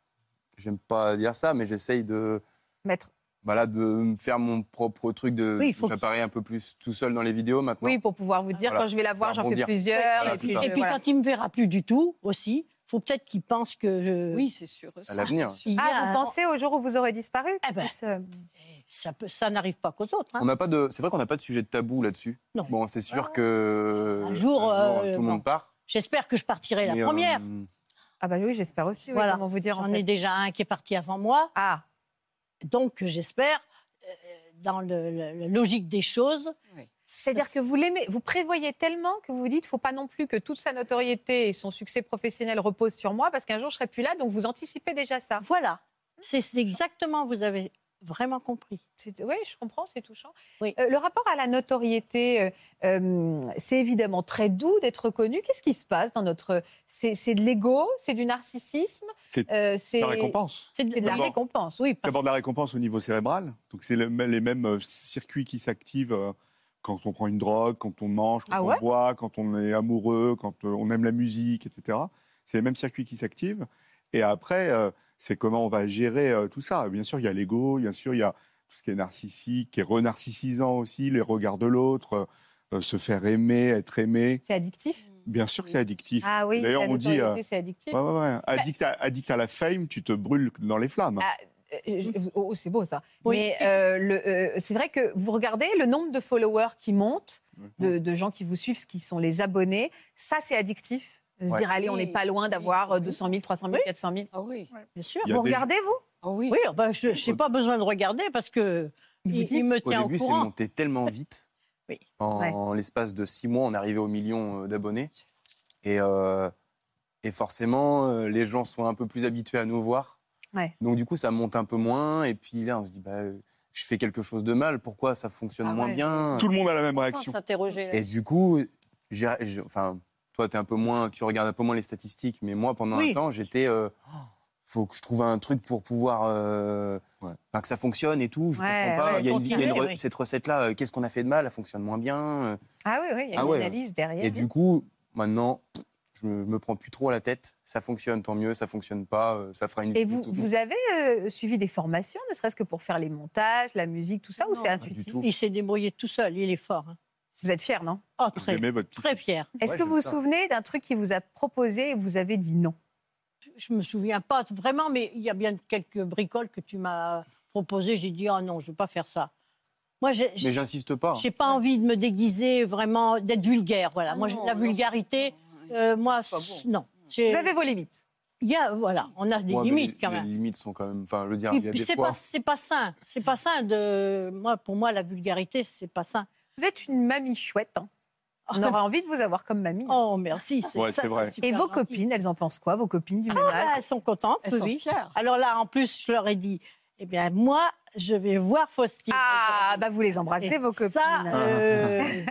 j'aime pas dire ça, mais j'essaye de.
Mettre.
Voilà, de me faire mon propre truc, de
Oui, il
oui,
faut-
un peu plus tout seul dans les vidéos maintenant.
Oui, pour pouvoir vous dire
Voilà.
quand je vais la voir,
Faire
j'en fais
bondir.
plusieurs.
Voilà,
et
c'est
puis,
ça.
Et puis
voilà.
quand il me verra plus du tout aussi, faut peut-être qu'il pense que je.
Oui, c'est sûr.
À l'avenir.
Il y a
Ah,
un- Eh ben,
vous pensez au jour où vous aurez disparu Parce, euh,
ça, peut- ça n'arrive pas qu'aux autres. hein.
On n'a pas de. C'est vrai qu'on n'a pas de sujet de tabou là-dessus.
Non.
Bon, c'est sûr que.
Un jour, euh,
tout le
bon.
monde part.
J'espère que je partirai la
mais, euh,
première.
Ah bah oui, j'espère aussi. oui,
voilà.
Comment vous dire en
J'en
fait.
ai déjà un qui est parti avant moi.
Ah.
Donc j'espère, euh, dans le- le- la logique des choses,
C'est-à-dire que vous l'aimez, vous prévoyez tellement que vous vous dites, faut pas non plus que toute sa notoriété et son succès professionnel reposent sur moi parce qu'un jour je serai plus là. Donc vous anticipez déjà ça.
voilà. C'est c'est exactement, vous avez vraiment compris.
Oui, je comprends, c'est touchant.
Oui.
Euh, le rapport à la notoriété, euh, euh, c'est évidemment très doux d'être connu. Qu'est-ce qui se passe dans notre... C'est c'est de l'ego, c'est du narcissisme,
C'est
euh, c'est
la récompense.
C'est de, c'est de la
D'abord.
récompense. Oui,
D'abord de la récompense au niveau cérébral. Donc c'est le- les mêmes euh, circuits qui s'activent euh, quand on prend une drogue, quand on mange, quand
Ah
on
ouais
boit, quand on est amoureux, quand euh, on aime la musique, etc. C'est les mêmes circuits qui s'activent. Et après, euh, c'est comment on va gérer euh, tout ça. Bien sûr, il y a l'ego, bien sûr, il y a tout ce qui est narcissique, qui est renarcissisant aussi, les regards de l'autre, euh, euh, se faire aimer, être aimé.
c'est addictif.
Bien sûr que c'est addictif.
Ah oui,
D'ailleurs,
la
on dit...
notoriété,
euh,
c'est addictif. Bah,
ouais, ouais, ouais. Addict, à, addict à la fame, tu te brûles dans les flammes.
Ah, euh, je- oh, c'est beau ça.
Oui.
Mais euh, le, euh, c'est vrai que vous regardez le nombre de followers qui montent, de, de gens qui vous suivent, ce qui sont les abonnés. Ça, c'est addictif. De se
Ouais.
dire, allez, on
Oui.
n'est pas loin d'avoir euh, 200 000, 300 000, 400 000.
Ah oui.
Bien sûr.
Il y a
Vous
des-
regardez, vous
Ah oui.
Oui, ben, je n'ai pas besoin de regarder parce que il,
vous dit
il me
Au
tient au,
début, c'est
courant.
monté tellement vite.
Oui.
En,
Ouais.
en l'espace de six mois, on arrivait au million euh, d'abonnés. Et, euh, et forcément, euh, les gens sont un peu plus habitués à nous voir.
Ouais.
Donc du coup, ça monte un peu moins. Et puis là, on se dit, bah, euh, je fais quelque chose de mal. Pourquoi ça fonctionne
Ah
moins
ouais.
bien
Tout le monde a la même
Sans
réaction.
s'interroger.
Et du coup, j'ai- j'ai- enfin, toi, t'es un peu moins, tu regardes un peu moins les statistiques, mais moi, pendant
Oui.
un temps, j'étais, euh, Oh, faut que je trouve un truc pour pouvoir, euh,
Ouais.
enfin, que ça fonctionne et tout. Je
Ouais,
comprends pas.
ouais,
il y a une, il y a une
continuer,
re-
oui.
cette recette-là, euh, qu'est-ce qu'on a fait de mal Elle fonctionne moins bien. euh.
Ah oui, oui, il Bah, y a
Ah
une
ouais.
analyse derrière.
Et du coup, maintenant, je me, je me prends plus trop à la tête. Ça fonctionne, tant mieux. Ça fonctionne pas, euh, ça fera une.
Et
vidéo
vous,
tout-
vous avez euh, suivi des formations, ne serait-ce que pour faire les montages, la musique, tout ça, ou
Non.
c'est
Pas
du
intuitif
tout.
Il s'est débrouillé tout seul, il est fort. hein.
Vous êtes fier, non
Oh,
Vous
très,
aimez votre petite
très fier.
Est-ce
Ouais,
que
j'aime
vous vous
ça.
souvenez d'un truc qui vous a proposé et vous avez dit non
Je me souviens pas vraiment, mais il y a bien quelques bricoles que tu m'as proposées. J'ai dit, oh non, je ne veux pas faire ça. Moi, j'ai
Mais j'insiste pas. hein.
j'ai pas envie de me déguiser, vraiment, d'être vulgaire. Voilà.
Ah
moi, j'ai-
non,
la
non,
vulgarité,
c'est-
euh, moi,
c'est pas bon.
non.
Vous
J'ai-
avez vos limites.
il y a, voilà, on a des
Ouais, mais
limites
les-
quand même.
Les limites sont quand même. Enfin, je veux dire,
Puis-
il y a
puis
des
c'est
fois.
pas c'est pas sain, c'est pas sain de moi pour moi la vulgarité c'est pas sain.
Vous êtes une mamie chouette. hein. On aurait envie de vous avoir comme mamie.
Oh merci, c'est
Ah, Ouais,
ça,
c'est vrai.
Et
super
vos
gentil.
copines, elles en pensent quoi Vos copines du même
Ah,
âge
elles sont contentes,
Elles sont
oui.
fières.
Alors là en plus je leur ai dit eh bien moi je vais voir Faustine.
Ah, bah vous les
Et
embrassez, vos copines.
Ça, euh,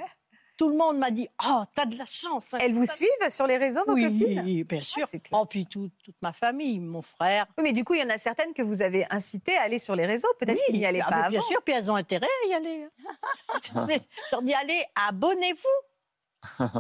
tout le monde m'a dit oh t'as de la chance. hein.
Elles vous suivent sur les réseaux, vos
oui,
copines Oui,
bien sûr.
Ah, c'est classe.
oh puis tout- toute ma famille, mon frère.
mais du coup, il y en a certaines que vous avez incitées à aller sur les réseaux. Peut-être qu'il n'y allait
ah,
pas
mais Bien
avant.
sûr, puis elles ont intérêt à y hein. aller. Je leur dis allez abonnez-vous.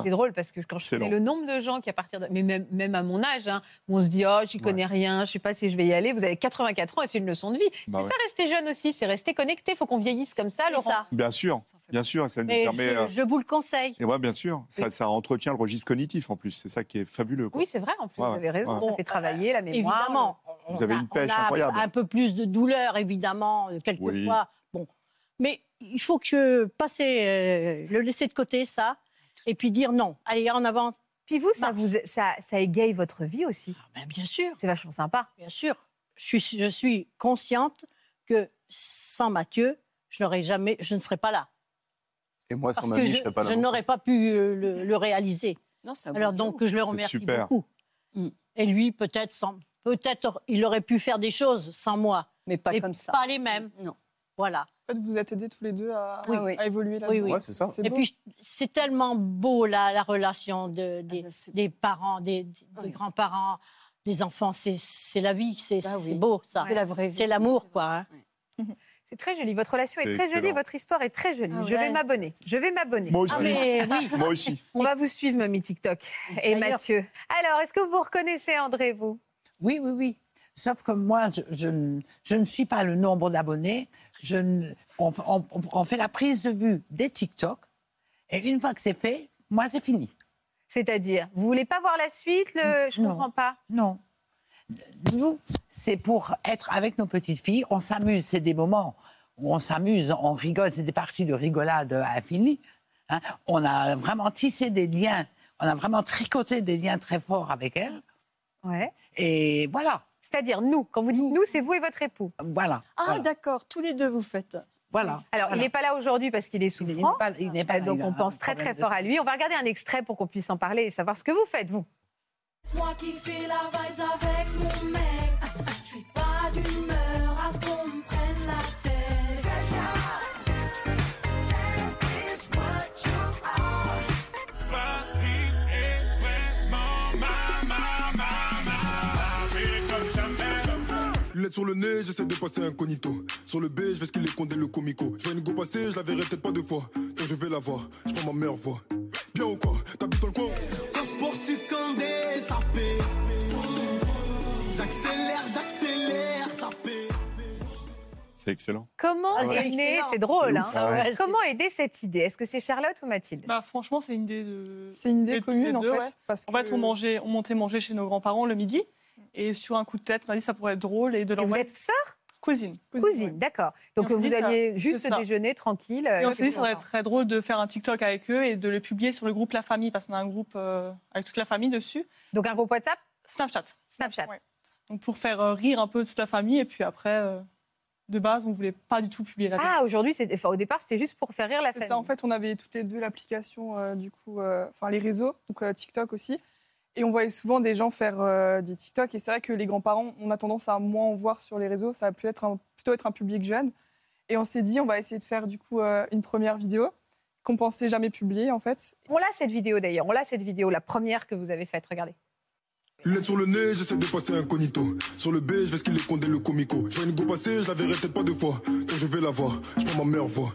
C'est drôle parce que quand je
Excellent.
connais le nombre de gens qui, à partir de. Mais même, même à mon âge, hein, on se dit, oh, j'y connais rien, je sais pas si je vais y aller. Vous avez 84 ans et c'est une leçon de vie.
Bah
c'est
ouais.
ça, rester jeune aussi, c'est rester connecté. faut qu'on vieillisse comme ça,
C'est
Laurent.
ça.
Bien sûr,
Ça fait-
bien sûr, ça nous
Mais
permet.
je,
euh,
je vous le conseille.
Et ouais, bien sûr, ça, ça entretient le registre cognitif en plus. C'est ça qui est fabuleux. quoi.
Oui, c'est vrai en plus.
Ouais,
Vous
ouais.
avez raison,
Ouais.
ça
Bon,
fait travailler la mémoire.
Euh, Évidemment.
Vous avez une pêche
on a
incroyable.
Un peu plus de douleur, évidemment, euh, quelquefois. Bon. Mais il faut que passer, euh, le laisser de côté, ça, et puis dire non. Allez, en avant.
Puis vous, ça, vous ça, ça égaye votre vie aussi.
Ah ben, bien sûr,
C'est vachement sympa.
bien sûr. Je suis, je suis consciente que sans Mathieu, je, n'aurais jamais, je ne serais pas là.
Et moi, sans
Parce
ma
que
vie, je
je,
serais pas là.
je
non plus.
n'aurais pas pu euh, le, le réaliser.
Non, c'est un
Alors
bon
donc,
cadeau.
je le remercie
super.
beaucoup.
Mm.
Et lui, peut-être, sans- peut-être, il aurait pu faire des choses sans moi.
Mais pas
Et
comme ça.
Pas les mêmes.
Non.
Voilà.
En fait, vous êtes aidés tous les deux à,
Oui.
à- à évoluer là-dedans.
Oui, oui.
Ouais, c'est ça.
C'est
Et
beau.
puis, c'est tellement beau, la, la relation de, des,
Ah ben, c'est- Ah
des parents, des, des
Oui.
grands-parents, Les enfants, c'est- c'est la vie, c'est
Bah
c'est
oui.
beau, ça.
C'est la vraie vie.
C'est l'amour, quoi. hein.
C'est très joli. Votre relation est,
C'est
très jolie,
excellent.
votre histoire est très jolie.
Ah
Je
ouais.
vais m'abonner. Je vais m'abonner.
Moi aussi. Ah, mais
Moi aussi.
On va vous suivre, Mamie TikTok et Mathieu. Alors, est-ce que vous vous reconnaissez, André, vous
Oui, oui, oui. Sauf que moi, je, je ne- je ne suis pas le nombre d'abonnés. Je ne- on, on- on fait la prise de vue des TikTok. Et une fois que c'est fait, moi, c'est fini.
C'est-à-dire, vous voulez pas voir la suite le... Je comprends pas.
Non. Nous, c'est pour être avec nos petites filles. On s'amuse. C'est des moments où on s'amuse, on rigole. C'est des parties de rigolade infinies. hein. On a vraiment tissé des liens. On a vraiment tricoté des liens très forts avec elles.
Ouais.
Et voilà.
C'est-à-dire nous. Quand vous dites nous, c'est vous et votre époux.
Voilà.
Ah,
d'accord. Tous les deux, vous faites. Voilà.
Alors,
Voilà.
il n'est pas là aujourd'hui parce qu'il est souffrant. Euh,
pas-
donc,
il a
on
un
pense très, très
problème de
fort à lui. On va regarder un extrait pour qu'on puisse en parler et savoir ce que vous faites, vous.
C'est moi qui fais la vibes avec mon mec. Je suis pas d'humeur à ce qu'on me prenne la tête.
Lunettes sur le nez, j'essaie de passer incognito. Sur le B, je vais ce qu'il est condé le comico. Je vois une go passer, je la verrai peut-être pas deux fois. Donc je vais la voir, je prends ma meilleure voix. Bien ou quoi T'habites dans le coin
Course poursuite comme des sapés. J'accélère, j'accélère, ça fait.
C'est excellent.
Comment
Ah ouais.
est
C'est
née
excellent.
C'est drôle.
C'est
Hein.
ouf, ah ouais.
Comment est née cette idée Est-ce que c'est Charlotte ou Mathilde
Bah, franchement, c'est une idée de.
C'est une idée
de tous
commune,
les
en
deux,
fait,
ouais.
parce
en
que-
fait, on mangeait, on montait manger chez nos grands-parents le midi, et sur un coup de tête, on a dit ça pourrait être drôle et de
Et Vous
l'envoyer.
êtes sœurs
Cousine.
Cousine, d'accord. Donc
Et on s'est
vous
dit, ça-
alliez
c'est
juste
ça.
déjeuner tranquille.
Et
euh,
on s'est dit, ça
quelque
serait
part.
très drôle de faire un TikTok avec eux et de le publier sur le groupe La Famille, parce qu'on a un groupe euh, avec toute la famille dessus.
Donc un groupe WhatsApp
Snapchat.
Snapchat.
Ouais. Donc pour faire euh, rire un peu toute la famille, et puis après, euh, de base, on voulait pas du tout publier la
Ah, aujourd'hui, c'est- enfin, au départ, c'était juste pour faire rire la
C'est
famille.
ça, en fait, on avait toutes les deux l'application, euh, du coup, euh, enfin les réseaux, donc euh, TikTok aussi. Et on voyait souvent des gens faire euh, des TikTok. Et c'est vrai que les grands-parents, on a tendance à moins en voir sur les réseaux. Ça va plus être un- plutôt être un public jeune. Et on s'est dit, on va essayer de faire, du coup, euh, une première vidéo qu'on pensait jamais publier, en fait.
On l'a cette vidéo d'ailleurs, on l'a cette vidéo, la première que vous avez faite, regardez.
Lunettes sur le nez, j'essaie de passer incognito. Sur le B, je vais ce qu'il est condé le comico. Je vois une go passer, je la verrai peut-être pas deux fois. Donc je vais la voir, je prends ma meilleure voix.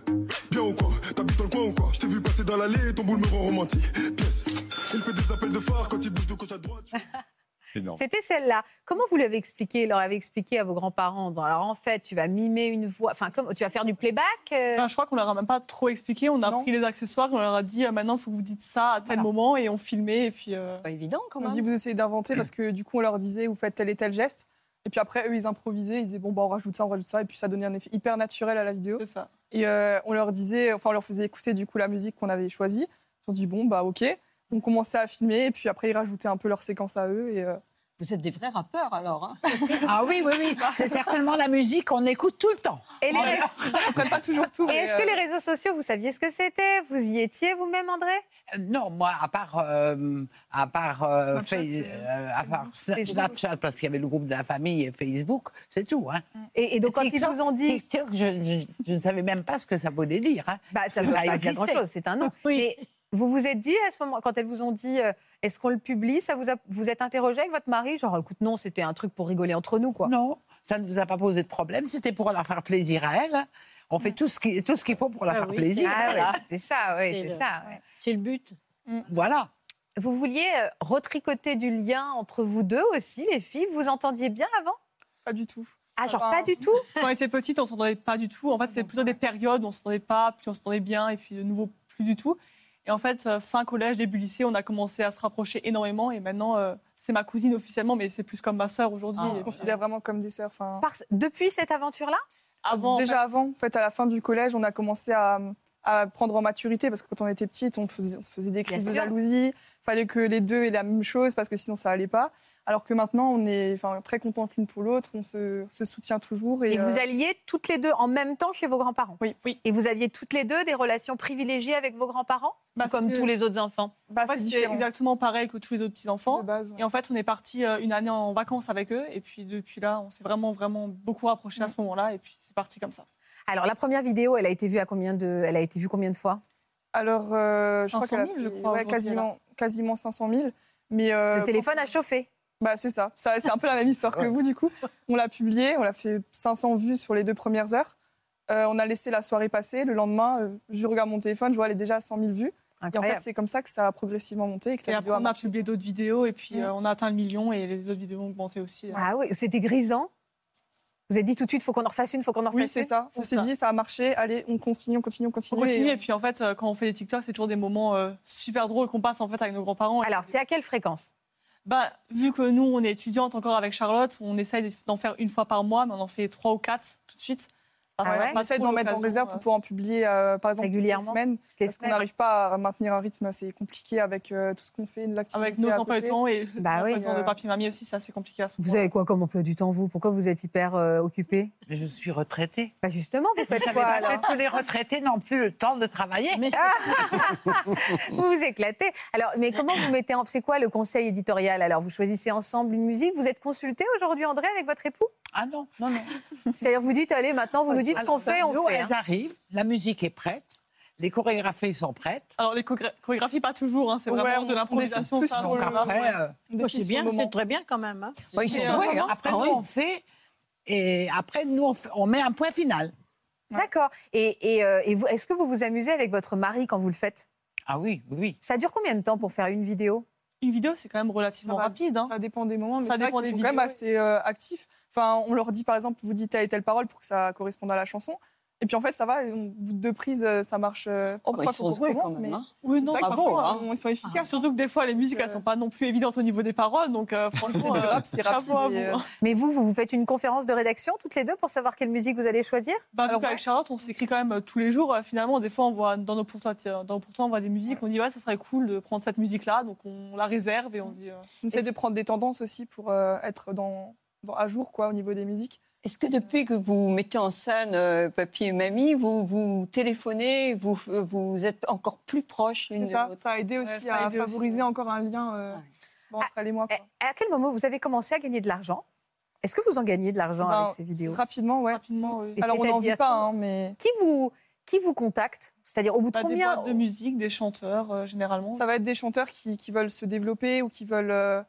Bien ou quoi T'habites dans le coin ou quoi Je t'ai vu passer dans l'allée, ton boule me rend romantique. Pièce, il me fait des appels de phare quand il bouge de gauche à droite.
Énorme.
C'était celle-là. Comment vous l'avez expliqué, leur avez expliqué à vos grands-parents en disant, Alors en fait, tu vas mimer une voix, enfin comme, tu vas faire du playback euh,
Enfin, je crois qu'on leur a même pas trop expliqué. On a pris les accessoires, on leur a dit euh, maintenant, il faut que vous dites ça à tel moment, et on filmait. Et puis, euh,
pas évident
quand
On
même.
dit vous essayez d'inventer parce que du coup on leur disait vous faites tel et tel geste et puis après eux ils improvisaient, ils disaient bon bah on rajoute ça, on rajoute ça et puis ça donnait un effet hyper naturel à la vidéo.
C'est ça.
Et euh, on leur disait, enfin on leur faisait écouter du coup la musique qu'on avait choisie. Ils ont dit bon bah ok. On commençait à filmer et puis après ils rajoutaient un peu leurs séquences à eux et. euh.
Vous êtes des vrais rappeurs alors. hein.
Ah oui, oui, oui. C'est certainement la musique qu'on écoute tout le temps.
Et les-
pas toujours tout.
Et est-ce
mais,
que
euh,
les réseaux sociaux, vous saviez ce que c'était Vous y étiez vous-même, André
Euh, Non, moi, à part, euh, à part, euh,
Snapchat,
Face-
c'est-
euh, à part Sna- Snapchat, parce qu'il y avait le groupe de la famille et Facebook, c'est tout. Hein.
Et, donc, quand ils vous ont dit-
TikTok, je, je- je ne savais même pas ce que ça voulait dire. hein.
Bah, ça ne veut pas dire
existait.
grand-chose, c'est un nom. Mais vous vous êtes dit, à ce moment, quand elles vous ont dit, euh, est-ce qu'on le publie ça vous, a- vous êtes interrogé avec votre mari Genre, écoute, non, c'était un truc pour rigoler entre nous, quoi.
Non, ça ne nous a pas posé de problème. C'était pour leur faire plaisir à elle. On fait tout ce qui- tout ce qu'il faut pour leur
Ah
faire
oui,
plaisir.
c'est- ah ouais,
voilà.
c'est ça, oui,
C'est
c'est
le-
ça. Mm.
C'est le but.
Voilà.
Vous vouliez euh, retricoter du lien entre vous deux aussi, les filles. Vous entendiez bien avant
Pas du tout. hein.
Ah, genre
Enfin,
pas du tout
Quand on était petite, on s'entendait pas du tout. En fait, c'était plutôt des périodes où on s'entendait pas, puis on s'entendait bien, et puis de nouveau plus du tout. Et en fait, euh, fin collège, début lycée, on a commencé à se rapprocher énormément. Et maintenant, euh, c'est ma cousine officiellement, mais c'est plus comme ma sœur aujourd'hui.
Ah, on se considère vraiment comme des sœurs. Enfin.
Parce- Depuis cette aventure-là
Avant, en
Déjà
fait.
avant, en fait, à la fin du collège, on a commencé à, à prendre en maturité parce que quand on était petite, on, faisait- on se faisait des crises de
sûr.
jalousie. Fallait que les deux aient la même chose parce que sinon ça allait pas. Alors que maintenant, on est enfin, très contentes l'une pour l'autre, on se, se soutient toujours. Et,
Et vous
euh,
alliez toutes les deux en même temps chez vos grands-parents
Oui, oui.
Et vous aviez toutes les deux des relations privilégiées avec vos grands-parents
Bah,
Ou Comme
c'était-
tous les autres enfants
Bah,
Ouais,
c'est
c'était
différent.
exactement pareil que tous les autres petits-enfants. Et en fait, on est parti euh, une année en vacances avec eux. Et puis depuis là, on s'est vraiment, vraiment beaucoup
Mm.
rapprochés à ce moment-là. Et puis c'est parti comme ça.
Alors, la première vidéo, elle a été vue, à combien, de... Elle a été vue combien de fois
Alors, euh, je crois
500
qu'elle a
000,
fait-
je crois,
ouais,
aujourd'hui,
quasiment, quasiment 500 000. Mais, euh,
Le téléphone a chauffé.
Bah, c'est ça. ça c'est un peu la même histoire que vous, du coup. On l'a publié, on l'a fait 500 vues sur les deux premières heures. Euh, on a laissé la soirée passer. Le lendemain, euh, je regarde mon téléphone, je vois, elle est déjà à 100 000 vues. Et en
Incroyable.
fait, c'est comme ça que ça a progressivement monté. Et, que la
Et
vidéo
après, on a
publié d'autres vidéos et puis
euh,
on a atteint le million et les autres vidéos ont augmenté aussi.
Ah oui, c'était grisant. Vous avez dit tout de suite, faut qu'on en refasse une, faut qu'on en refasse
Oui, c'est
une.
ça. On s'est dit, ça a marché. Allez, on continue, on continue, on
On
continue.
continue
Et-
et puis en fait euh, quand on fait des TikTok c'est toujours des moments euh, super drôles qu'on passe en fait avec nos grands-parents.
Alors c'est à quelle fréquence
Bah vu que nous on est étudiante encore avec Charlotte, on essaye d'en faire une fois par mois mais on en fait trois ou quatre tout de suite.
Ah ouais On essaie d'en mettre en réserve pour pouvoir en publier, euh, par exemple,
euh, Régulièrement,
toutes les semaines.
les
parce qu'on
semaines.
n'arrive pas à maintenir un rythme, c'est compliqué avec euh, tout ce qu'on fait, de l'activité.
Avec nos
à
emplois de
côté.
temps et
Bah oui.
le temps de papier mamie aussi c'est assez compliqué à ce
Vous avez quoi comme emploi du temps, vous Pourquoi vous êtes hyper euh, occupé
Je suis retraitée.
Bah justement, vous faites
savez
quoi
pas
alors
que tous les retraités n'ont plus le temps de travailler.
Ah Vous vous éclatez. Alors, mais comment vous mettez en... C'est quoi le conseil éditorial Alors, vous choisissez ensemble une musique. Vous êtes consulté aujourd'hui, André, avec votre époux
Ah non, non, non.
C'est-à-dire, vous dites, allez, maintenant, vous nous dites ce qu'on
Alors,
fait,
ben,
on
nous,
fait. hein.
elles arrivent, la musique est prête, les chorégraphies sont
Oh,
prêtes.
Alors les choré- chorégraphies pas toujours, hein, c'est
Ouais,
vraiment
on-
de
on
l'improvisation.
décide plus
ça,
sur
on
le
le-
moment.
ouais. On
Bah,
décide
c'est
sur
bien,
le moment.
c'est très bien quand même. hein.
Bah, ils
Mais,
sont
euh,
doués, hein. Après,
ah
nous,
oui.
on fait. Et après, nous, on, fait- on met un point final.
D'accord. Et, et, euh, et vous, est-ce que vous vous amusez avec votre mari quand vous le faites
Ah oui, oui.
Ça dure combien de temps pour faire une vidéo
Une vidéo, c'est quand même relativement hein.
rapide. Ça dépend des moments, mais
Ça
c'est vrai
dépend des
qu'ils sont quand même
vidéos.
assez euh, actifs. Enfin, on leur dit par exemple, vous dites telle et telle parole pour que ça corresponde à la chanson. Et puis en fait, ça va, et on- au bout de deux prises, euh, ça marche. euh,
Oh, bah, ils
parfois, faut
sont
qu'on
doués quand
recommence,
même,
mais-
hein. Oui, non,
C'est vrai que
bravo,
parfois,
hein.
ils sont- ils sont efficaces.
Surtout que des fois, les musiques, elles sont pas non plus évidentes au niveau des paroles, donc euh,
Oh
franchement,
C'est du
euh,
rap, c'est
chapeau
rapide
à
et,
vous. Bah,
euh, Mais vous, vous vous faites une conférence de rédaction toutes les deux pour savoir quelle musique vous allez choisir
Bah, vu qu'avec Charlotte, on s'écrit quand même euh, tous les jours. euh, Finalement, des fois, on voit dans nos pourtois, tiens, dans nos pourtois, on voit des musiques. On dit ouais, ça serait cool de prendre cette musique-là, donc on la réserve et on se dit.
On essaie de prendre des tendances aussi pour euh, être dans, dans- à jour quoi, au niveau des musiques.
Est-ce que depuis que vous mettez en scène euh, Papy et Mamie, vous vous téléphonez, vous, vous êtes encore plus proches l'une
C'est
de
ça,
l'autre
ça a aidé
Ouais,
aussi
ça a
à
aidé aussi.
favoriser euh, encore un lien euh, bon, entre elle et moi. quoi.
Ah, eh, À quel moment vous avez commencé à gagner de l'argent Est-ce que vous en gagnez de l'argent
Ben,
avec ces vidéos
Rapidement, ouais.
Et
Alors, on n'en vit
c'est-à-dire
pas,
que-
hein, mais.
Qui vous, qui vous contacte C'est-à-dire, au bout de
Bah, des
combien
boîtes
de musique, des chanteurs, euh, généralement.
Ça va être des chanteurs qui, qui veulent se développer ou qui veulent euh,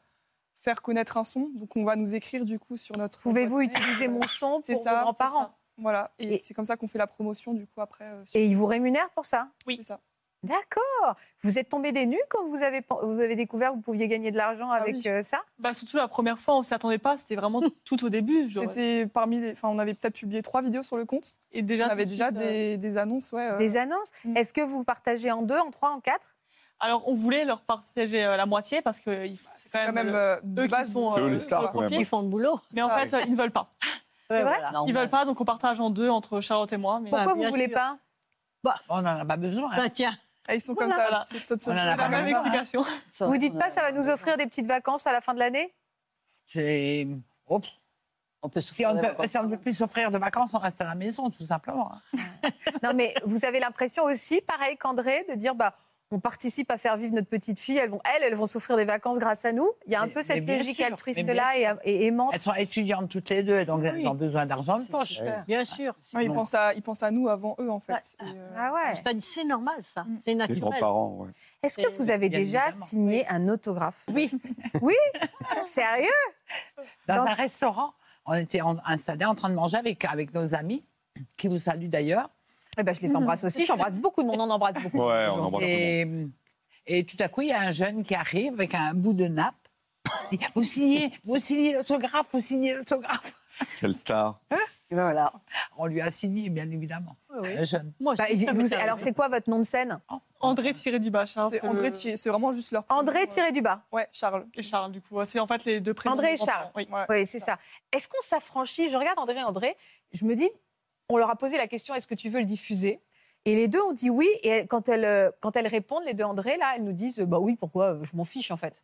faire connaître un son. Donc, on va nous écrire du coup sur notre.
Pouvez-vous utiliser mon son
C'est
pour vos
ça, c'est
grands-parents
ça. Voilà. Et, c'est comme ça qu'on fait la promotion du coup après. euh, sur-
Et ils vous rémunèrent pour ça
Oui. C'est ça.
D'accord. Vous êtes tombé des nues quand vous avez, pen- vous avez découvert que vous pouviez gagner de l'argent
Ah
avec euh, ça
Bah, surtout la première fois, on s'y attendait pas. C'était vraiment tout au début. genre.
C'était parmi les. Enfin, on avait peut-être publié trois vidéos sur le compte.
Et déjà,
on avait
tout de
déjà
suite, euh,
des, des annonces, ouais. euh,
Des annonces Est-ce que vous partagez en deux, en trois, en quatre
Alors, on voulait leur partager euh, la moitié parce que euh, il- c'est quand,
Bah, même,
le-
euh, de
eux qui
base,
sont
c'est eux
euh,
les
sur
stars,
le
quand même.
profil.
Ils font le boulot.
Mais en
Ça,
fait,
oui.
euh, ils ne veulent pas.
C'est Ouais, vrai voilà.
Ils
Normal.
veulent pas, donc on partage en deux entre Charlotte et moi. Mais...
Pourquoi Bah, vous bien voulez sûr. pas
On n'en a pas besoin. hein.
tiens. Ah, ils sont comme
Voilà.
ça. c'est- c'est-
On en a
c'est la
pas
même
besoin, hein.
explication.
Ça,
Vous
on
dites
en
pas ça va nous offrir des petites vacances à la fin de l'année
C'est. Hop.
On peut
si on
des
ne peut,
vacances
si on ne peut plus s'offrir de vacances, on reste à la maison, tout simplement. hein.
Non, mais vous avez l'impression aussi, pareil qu'André, de dire bah on participe à faire vivre notre petite fille. Elles vont, elles, elles vont s'offrir des vacances grâce à nous. Il y a un peu
Mais
cette
bien
logique
sûr,
altruiste
mais bien
là et,
sûr.
et aimante.
Elles sont étudiantes toutes les deux, donc elles ont besoin d'argent de
C'est
poche.
super.
Bien sûr.
Ouais, ils, pensent à, ils pensent à nous avant eux, en fait.
Ouais.
Et, euh,
Ah ouais. Mm.
C'est- C'est normal, ça. C'est
Les
naturel.
grands-parents, ouais.
Est-ce que vous avez
Bien
déjà
évidemment.
signé un autographe Oui. Oui Sérieux
Dans un restaurant, on était en- installés en train de manger avec, avec nos amis, qui vous saluent d'ailleurs.
Eh ben, je les embrasse aussi. J'embrasse beaucoup de monde. On embrasse beaucoup. de
Ouais,
monde
on
aujourd'hui.
Et, et tout à coup, il y a un jeune qui arrive avec un bout de nappe. Il dit, Vous signez, vous signez l'autographe, vous signez l'autographe.
Quelle star.
ben
Voilà. On lui a signé, bien évidemment. Le jeune.
Bah,
je- ça
vous-
m'est arrivé.
alors, c'est quoi votre nom de scène
André tiré du bas, Charles.
C'est André Thierry- c'est vraiment juste leur.
André tiré du bas.
Ouais, Charles.
Et Charles, du coup. C'est en fait les deux prénoms.
André et
des grands-parents.
Charles.
Oui,
Oui, c'est ça. Est-ce qu'on s'affranchit Je regarde André et André. Je me dis, on leur a posé la question est-ce que tu veux le diffuser Et les deux ont dit oui. Et quand elles, euh, quand elles répondent, les deux André, là, elles nous disent bah oui, pourquoi Je m'en fiche, en fait.